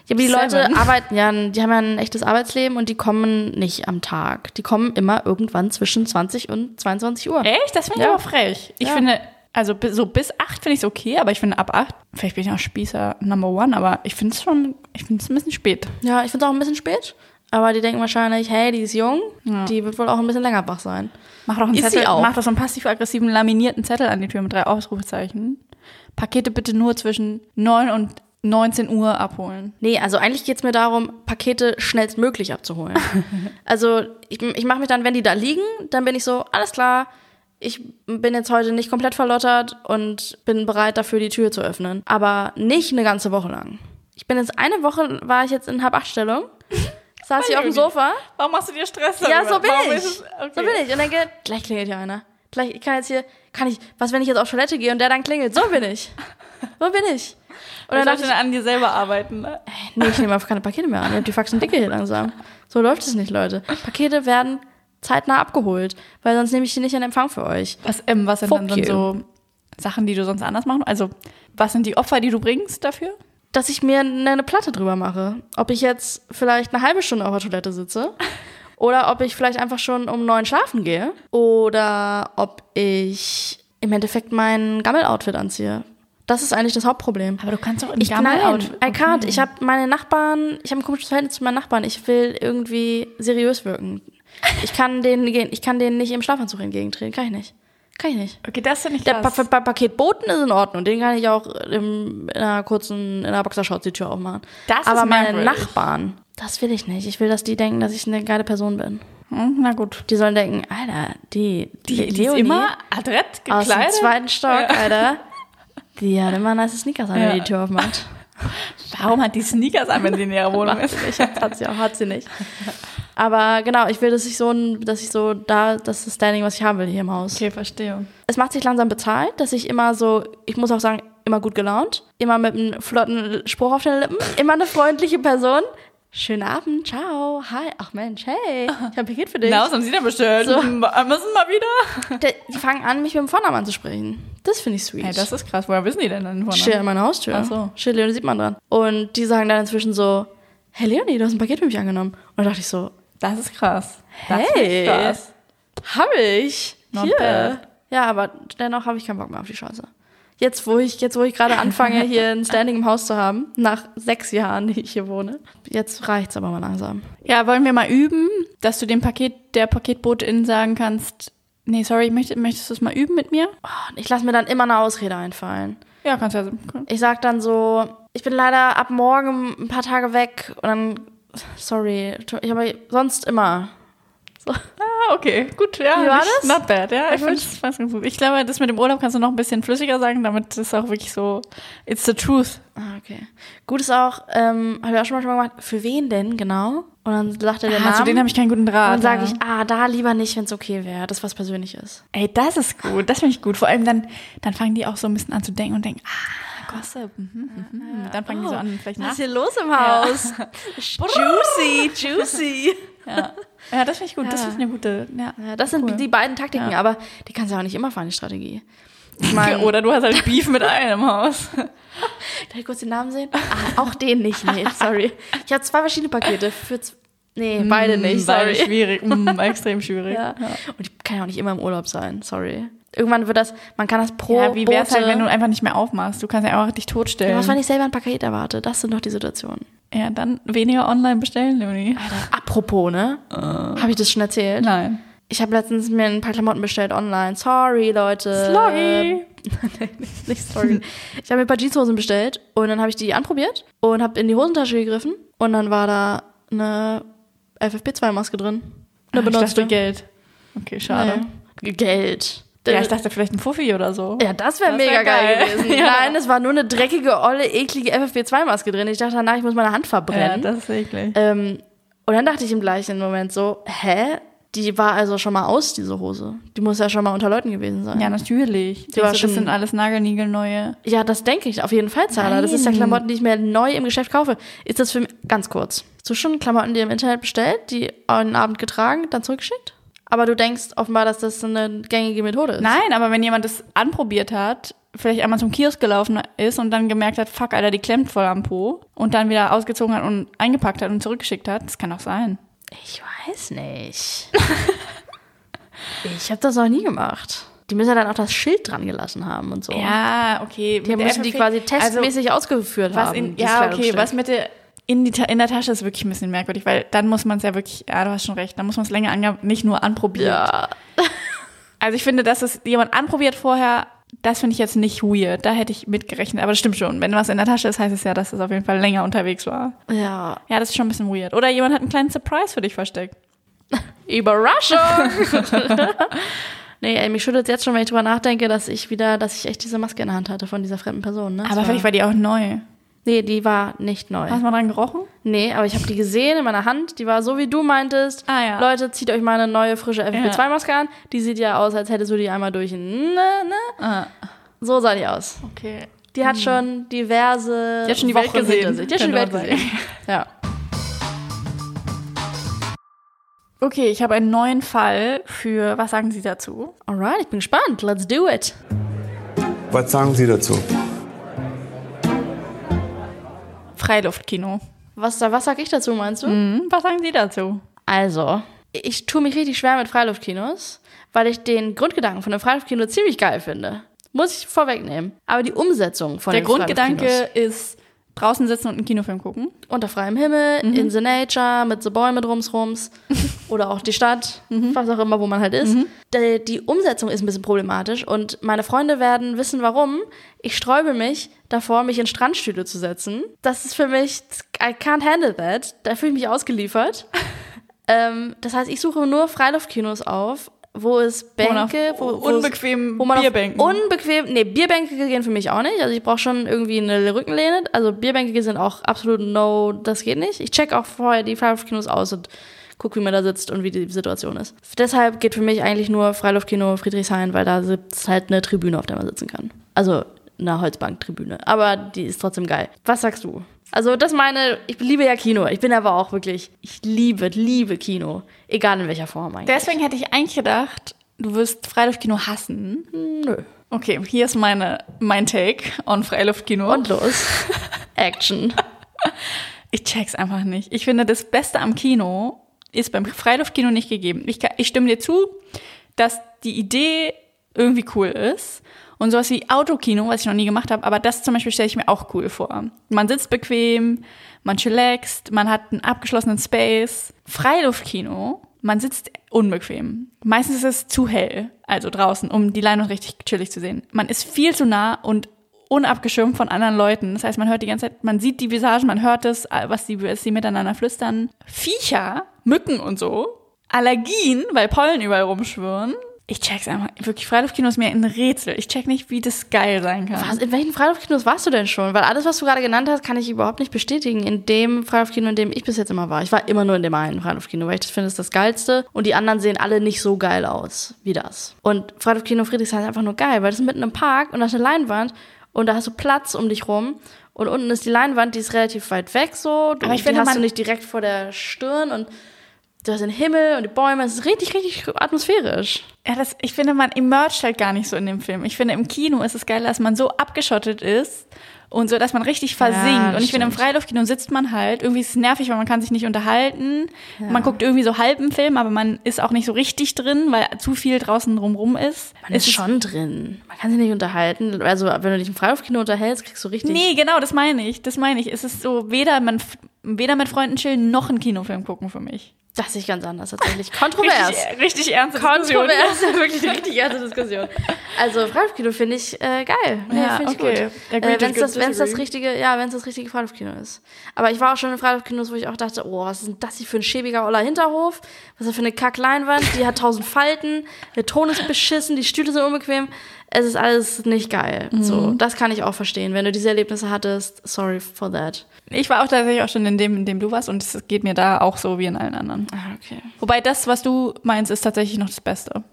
B: Ja, aber die
A: Seven.
B: Leute arbeiten ja, die haben ja ein echtes Arbeitsleben und die kommen nicht am Tag. Die kommen immer irgendwann zwischen 20 und 22 Uhr.
A: Echt? Das finde ich
B: Ja.
A: aber frech. Ich
B: Ja.
A: finde, also bi- so bis acht finde ich es okay, aber ich finde ab acht, vielleicht bin ich auch Spießer Number One, aber ich finde es schon, ich finde es ein bisschen spät.
B: Ja, ich find's auch ein bisschen spät, aber die denken wahrscheinlich, hey, die ist jung, die wird wohl auch ein bisschen länger wach sein.
A: Mach doch einen
B: Ist sie
A: Zettel,
B: auch.
A: mach doch so einen passiv-aggressiven laminierten Zettel an die Tür mit drei Ausrufezeichen. Pakete bitte nur zwischen 9 und 19 Uhr abholen.
B: Nee, also eigentlich geht's mir darum, Pakete schnellstmöglich abzuholen. also ich, ich mache mich dann, wenn die da liegen, dann bin ich so, alles klar, ich bin jetzt heute nicht komplett verlottert und bin bereit dafür, die Tür zu öffnen. Aber nicht eine ganze Woche lang. Ich bin jetzt eine Woche, war ich jetzt in Halbachtstellung, saß ich auf dem Sofa.
A: Warum machst du dir Stress?
B: Ja, so bin ich. So bin ich. Und denke, gleich klingelt hier einer. Gleich, ich kann jetzt hier, kann ich, was, wenn ich jetzt auf Toilette gehe und der dann klingelt? So bin ich. So bin ich. Und dann dachte ich,
A: an dir selber arbeiten. Ne?
B: Nee, ich nehme einfach keine Pakete mehr an. Ihr habt die Faxen dicke hier langsam. So läuft es nicht, Leute. Pakete werden zeitnah abgeholt, weil sonst nehme ich die nicht in Empfang für euch.
A: Was, ähm, was sind
B: Fuck
A: dann, dann
B: you.
A: so Sachen, die du sonst anders machen? Also, was sind die Opfer, die du bringst dafür?
B: Dass ich mir eine, eine Platte drüber mache. Ob ich jetzt vielleicht eine halbe Stunde auf der Toilette sitze Oder ob ich vielleicht einfach schon um neun schlafen gehe. Oder ob ich im Endeffekt mein Gammel-Outfit anziehe. Das ist eigentlich das Hauptproblem.
A: Aber du kannst auch in
B: Ich nein,
A: Gammel-Outfit-
B: I can't. Ich habe meine Nachbarn, ich habe ein komisches Verhältnis zu meinen Nachbarn. Ich will irgendwie seriös wirken. Ich kann denen, gehen- ich kann denen nicht im Schlafanzug entgegentreten. Kann ich nicht. Kann ich nicht.
A: Okay, das finde ich
B: Der pa
A: krass.
B: pa pa Paket Boten ist in Ordnung. Den kann ich auch im, in einer kurzen, in einer Boxershorts die Tür aufmachen.
A: Das ist
B: Aber meine
A: merkwürdig.
B: Nachbarn, das will ich nicht. Ich will, dass die denken, dass ich eine geile Person bin.
A: Hm, Na gut.
B: Die sollen denken, Alter, die,
A: Die, die ist
B: Leonie
A: immer adrett
B: aus dem
A: gekleidet.
B: zweiten Stock, Alter. Die hat immer nice Sneakers an, wenn die
A: Ja.
B: die Tür aufmacht.
A: Warum hat die Sneakers an, wenn sie in ihrer Wohnung ist?
B: Ich hab- hat sie auch, hat sie nicht. Aber genau, ich will, dass ich so ein, dass ich so da, das ist das Standing, was ich haben will hier im Haus.
A: Okay, verstehe.
B: Es macht sich langsam bezahlt, dass ich immer so, ich muss auch sagen, immer gut gelaunt, immer mit einem flotten Spruch auf den Lippen, immer eine freundliche Person. Schönen Abend, ciao, hi, ach Mensch, hey, ich habe ein Paket für dich.
A: Na, was haben sie denn bestellt? äh,
B: So.
A: Müssen wir wieder?
B: Der- Die fangen an, mich mit dem Vornamen anzusprechen. Das finde ich sweet.
A: Ey, das ist krass. Woher wissen die denn dann
B: Steht
A: vorne?
B: an meiner Haustür.
A: Ach so.
B: Steht Leonie, sieht man dran. Und die sagen dann inzwischen so, hey Leonie, du hast ein Paket für mich angenommen. Und da dachte ich so,
A: Das ist krass. Das
B: Hey.
A: ist krass.
B: Habe ich.
A: Not
B: hier.
A: bad.
B: Ja, aber dennoch habe ich keinen Bock mehr auf die Chance. Jetzt, wo ich, jetzt, wo ich gerade anfange, hier ein Standing im Haus zu haben, nach sechs Jahren, die ich hier wohne. Jetzt reicht's aber mal langsam.
A: Ja, wollen wir mal üben, dass du dem Paket, der Paketbotin sagen kannst, nee, sorry, möchtest, möchtest du es mal üben mit mir?
B: Und Oh, ich lasse mir dann immer eine Ausrede einfallen.
A: Ja, kannst ja. so-
B: Ich sag dann so, ich bin leider ab morgen ein paar Tage weg und dann, sorry, ich habe sonst immer. So.
A: Ah, okay, gut, ja.
B: Wie war
A: nicht-
B: das?
A: Not bad, ja. Ich,
B: gut.
A: find's- fand's ganz gut. ich glaube, das mit dem Urlaub kannst du noch ein bisschen flüssiger sagen, damit es auch wirklich so, it's the truth.
B: Ah, okay. Gut ist auch, ähm, habe ich auch schon manchmal gemacht, für wen denn genau? Und dann sagt er den
A: Ah,
B: Namen.
A: zu denen habe ich keinen guten Draht.
B: Dann sage
A: ja.
B: ich, ah, da lieber nicht, wenn es okay wäre, das was Persönliches.
A: Ey, das ist gut, das finde ich gut. Vor allem dann, dann fangen die auch so ein bisschen an zu denken und denken, ah, Gossip. Mhm, mhm. Dann fangen die so an, vielleicht nach.
B: hier los im Haus? juicy, juicy.
A: Ja, ja das finde ich gut, das ist eine gute, ja.
B: Ja, das sind
A: Cool.
B: die beiden Taktiken, aber die kannst du ja auch nicht immer fahren, die Strategie. Ich meine,
A: Oder du hast halt Beef mit allen im Haus.
B: darf ich kurz den Namen sehen? Ah, auch den nicht, nee, sorry. Ich habe zwei verschiedene Pakete für z- Nee, beide nicht,
A: Mm, Beide
B: sorry.
A: schwierig, mm, extrem schwierig.
B: Ja. Und ich kann ja auch nicht immer im Urlaub sein, sorry. Irgendwann wird das, man kann das pro
A: Ja, wie wär's
B: Bote-
A: halt, wenn du einfach nicht mehr aufmachst? Du kannst ja einfach dich
B: Ja, was, wenn
A: totstellen.
B: ich selber ein Paket erwarte? Das sind doch die Situationen.
A: Ja, dann weniger online bestellen, Leonie.
B: Apropos, ne? Habe ich das schon erzählt?
A: Nein.
B: Ich habe letztens mir ein paar Klamotten bestellt online. Sorry, Leute.
A: Sorry.
B: Nee, nicht- nicht sorry. Ich habe mir ein paar Jeanshosen bestellt und dann habe ich die anprobiert und habe in die Hosentasche gegriffen und dann war da eine FFP2-Maske drin. Eine
A: Ah, Ich
B: benutzte.
A: dachte Geld. Okay, schade.
B: Nee. Geld.
A: Ja, ich dachte vielleicht ein Fuffi oder so.
B: Ja, das wäre
A: Das wär
B: mega geil,
A: geil.
B: gewesen.
A: Ja.
B: Nein, es war nur eine dreckige, olle, eklige FFP2-Maske drin. Ich dachte danach, ich muss meine Hand
A: ja
B: verbrennen.
A: das ist eklig.
B: Ähm, und dann dachte ich im gleichen Moment so, hä? Die war also schon mal aus, diese Hose. Die muss ja schon mal unter Leuten gewesen sein.
A: Ja,
B: Ja,
A: natürlich.
B: war
A: Denkst du,
B: schon-
A: das sind alles nagelniegelneue.
B: das denke ich. Auf jeden Fall, Zara. Das ist ja Klamotten, die ich mir neu im Geschäft kaufe. Ist das für mich, ganz kurz. Hast du schon Klamotten, die ihr im Internet bestellt, die einen Abend getragen, dann zurückgeschickt? Aber du denkst offenbar, dass das eine gängige Methode ist.
A: Nein, aber wenn jemand das anprobiert hat, vielleicht einmal zum Kiosk gelaufen ist und dann gemerkt hat, fuck, Alter, die klemmt voll am Po und dann wieder ausgezogen hat und eingepackt hat und zurückgeschickt hat, das kann auch sein.
B: Ich weiß nicht. ich habe das noch nie gemacht. Die müssen ja dann auch das Schild dran gelassen haben und so.
A: Ja, okay.
B: Die müssen die quasi testmäßig ausgeführt
A: also was
B: haben.
A: in,
B: dieses
A: ja, okay,
B: Kleidungsstück.
A: was mit der in, die, Ta- in der Tasche ist wirklich ein bisschen merkwürdig, weil dann muss man es ja wirklich, ja, du hast schon recht, dann muss man es länger ange nicht nur anprobieren.
B: Ja,
A: Also ich finde, dass es jemand anprobiert vorher, das finde ich jetzt nicht weird. Da hätte ich mitgerechnet. Aber das stimmt schon. Wenn was in der Tasche ist, heißt es ja, dass es auf jeden Fall länger unterwegs war.
B: ja.
A: Ja, das ist schon ein bisschen weird. Oder jemand hat einen kleinen Surprise für dich versteckt.
B: Überraschung! nee, ey, mich schüttelt jetzt schon, wenn ich drüber nachdenke, dass ich wieder, dass ich echt diese Maske in der Hand hatte von dieser fremden Person. Ne? Das
A: Aber
B: war,
A: vielleicht war die auch neu.
B: Nee, die war nicht neu.
A: Hast du mal dran gerochen?
B: Nee, aber ich habe die gesehen in meiner Hand. Die war so, wie du meintest.
A: Ah, ja.
B: Leute, zieht euch mal eine neue, frische FFP2-Maske an. Die sieht ja aus, als hättest du die einmal durch. Ne, ne?
A: Ah,
B: So sah die aus.
A: okay.
B: Die hat schon diverse.
A: Die hat schon die
B: Wochen
A: Welt gesehen, Genau
B: hinter sich. Die hat schon die Welt
A: könnte man
B: gesehen. Ja.
A: Okay, ich habe einen neuen Fall für, was sagen Sie dazu?
B: Alright, ich bin gespannt. Let's do it.
D: Was sagen Sie dazu?
A: Freiluftkino.
B: Was, was sag ich dazu, meinst du?
A: Mhm. Hm, was sagen Sie dazu?
B: Also, ich tue mich richtig schwer mit Freiluftkinos, weil ich den Grundgedanken von einem Freiluftkino ziemlich geil finde. Muss ich vorwegnehmen. Aber die Umsetzung von
A: Der
B: den
A: Grundgedanke
B: Freiluftkinos-
A: ist draußen sitzen und einen Kinofilm gucken.
B: unter freiem Himmel,
A: Mhm.
B: in the nature, mit so Bäumen drumsrums oder auch die Stadt,
A: Mhm.
B: was auch immer, wo man halt ist. Die, die Umsetzung ist ein bisschen problematisch und meine Freunde werden wissen, warum. Ich sträube mich davor, mich in Strandstühle zu setzen. Das ist für mich, I can't handle that. Da fühle ich mich ausgeliefert. ähm, das heißt, ich suche nur Freiluftkinos auf, wo es
A: man auf
B: Bänke, wo, wo es-
A: unbequemen
B: wo man
A: Bierbänken.
B: Auf unbequem, nee, Bierbänke gehen für mich auch nicht. Also ich brauche schon irgendwie eine Rückenlehne. Also Bierbänke sind auch absolut no, das geht nicht. Ich check auch vorher die Freiluftkinos aus und guck, wie man da sitzt und wie die Situation ist. Deshalb geht für mich eigentlich nur Freiluftkino Friedrichshain, weil da sitzt halt eine Tribüne, auf der man sitzen kann. Also eine Holzbanktribüne. Aber die ist trotzdem geil. Was sagst du? Also das meine, ich liebe ja Kino. Ich bin aber auch wirklich, ich liebe, liebe Kino. Egal in welcher Form eigentlich.
A: Deswegen hätte ich eigentlich gedacht, du wirst Freiluftkino hassen.
B: Nö.
A: Okay, hier ist meine, mein Take on Freiluftkino.
B: Und los. Action.
A: Ich check's einfach nicht. Ich finde, das Beste am Kino ist beim Freiluftkino nicht gegeben. Ich, ka- ich stimme dir zu, dass die Idee irgendwie cool ist. Und sowas wie Autokino, was ich noch nie gemacht habe, aber das zum Beispiel stelle ich mir auch cool vor. Man sitzt bequem, man chillaxt, man hat einen abgeschlossenen Space. Freiluftkino, man sitzt unbequem. Meistens ist es zu hell, also draußen, um die Leinwand richtig chillig zu sehen. Man ist viel zu nah und unabgeschirmt von anderen Leuten. Das heißt, man hört die ganze Zeit, man sieht die Visagen, man hört es, was die, was die miteinander flüstern. Viecher, Mücken und so. Allergien, weil Pollen überall rumschwirren. Ich check's einfach. Wirklich, Freiluftkino ist mir ein Rätsel. Ich check nicht, wie das geil sein kann.
B: Was, in welchen Freiluftkinos warst du denn schon? Weil alles, was du gerade genannt hast, kann ich überhaupt nicht bestätigen. In dem Freiluftkino, in dem ich bis jetzt immer war. Ich war immer nur in dem einen Freiluftkino, weil ich das finde, das ist das Geilste. Und die anderen sehen alle nicht so geil aus wie das. Und Freiluftkino Friedrichshain ist einfach nur geil, weil das ist mitten im Park und da ist eine Leinwand und da hast du Platz um dich rum. Und unten ist die Leinwand, die ist relativ weit weg so. Du,
A: Aber ich
B: die
A: finde,
B: hast du
A: man-
B: nicht direkt vor der Stirn und du hast den Himmel und die Bäume. Es ist richtig, richtig atmosphärisch.
A: Ja, das, ich finde, man emerged halt gar nicht so in dem Film. Ich finde, im Kino ist es geil, dass man so abgeschottet ist und so, dass man richtig versinkt.
B: das
A: und ich finde, im
B: stimmt.
A: Freiluftkino sitzt man halt. Irgendwie ist es nervig, weil man kann sich nicht unterhalten. Man guckt irgendwie so halb im Film, aber man ist auch nicht so richtig drin, weil zu viel draußen drumrum ist.
B: Man ist,
A: es
B: schon drin. Man kann sich nicht unterhalten. Also, wenn du dich im Freiluftkino unterhältst, kriegst du richtig.
A: Nee, genau, das meine ich. Das meine ich. Es ist so, weder, man, f- weder mit Freunden chillen, noch einen Kinofilm gucken für mich.
B: Das sehe ich ganz anders tatsächlich. Kontrovers.
A: Richtig, äh, richtig ernst.
B: Kontrovers, wirklich eine richtig ernste Diskussion. Also Freiluftkino finde ich äh, geil. Nee,
A: Ja,
B: finde ich
A: okay.
B: gut.
A: Agree
B: Äh, wenn
A: to
B: es das, wenn's das
A: disagree.
B: richtige, ja, wenn es das richtige Freiluftkino ist. Aber ich war auch schon in Freiluftkino, wo ich auch dachte, oh, was ist denn das hier für ein schäbiger oller Hinterhof? Was ist das für eine Kackleinwand? Die hat tausend Falten, der Ton ist beschissen, die Stühle sind unbequem. Es ist alles nicht geil. So, das kann ich auch verstehen. Wenn du diese Erlebnisse hattest, sorry for that.
A: Ich war auch tatsächlich auch schon in dem, in dem du warst und es geht mir da auch so wie in allen anderen.
B: Ah, okay.
A: Wobei das, was du meinst, ist tatsächlich noch das Beste.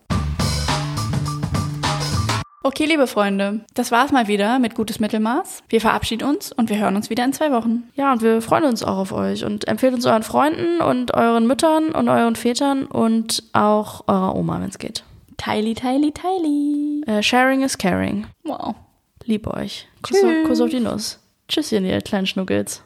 A: Okay, liebe Freunde, das war's mal wieder mit Gutes Mittelmaß. Wir verabschieden uns und wir hören uns wieder in zwei Wochen.
B: Ja, und wir freuen uns auch auf euch und empfehlt uns euren Freunden und euren Müttern und euren Vätern und auch eurer Oma, wenn es geht.
A: Teili, teili, teili.
B: Äh, sharing is caring.
A: Wow.
B: Lieb euch. Kuss auf, Kuss auf die Nuss. Tschüsschen, ihr kleinen Schnuckels.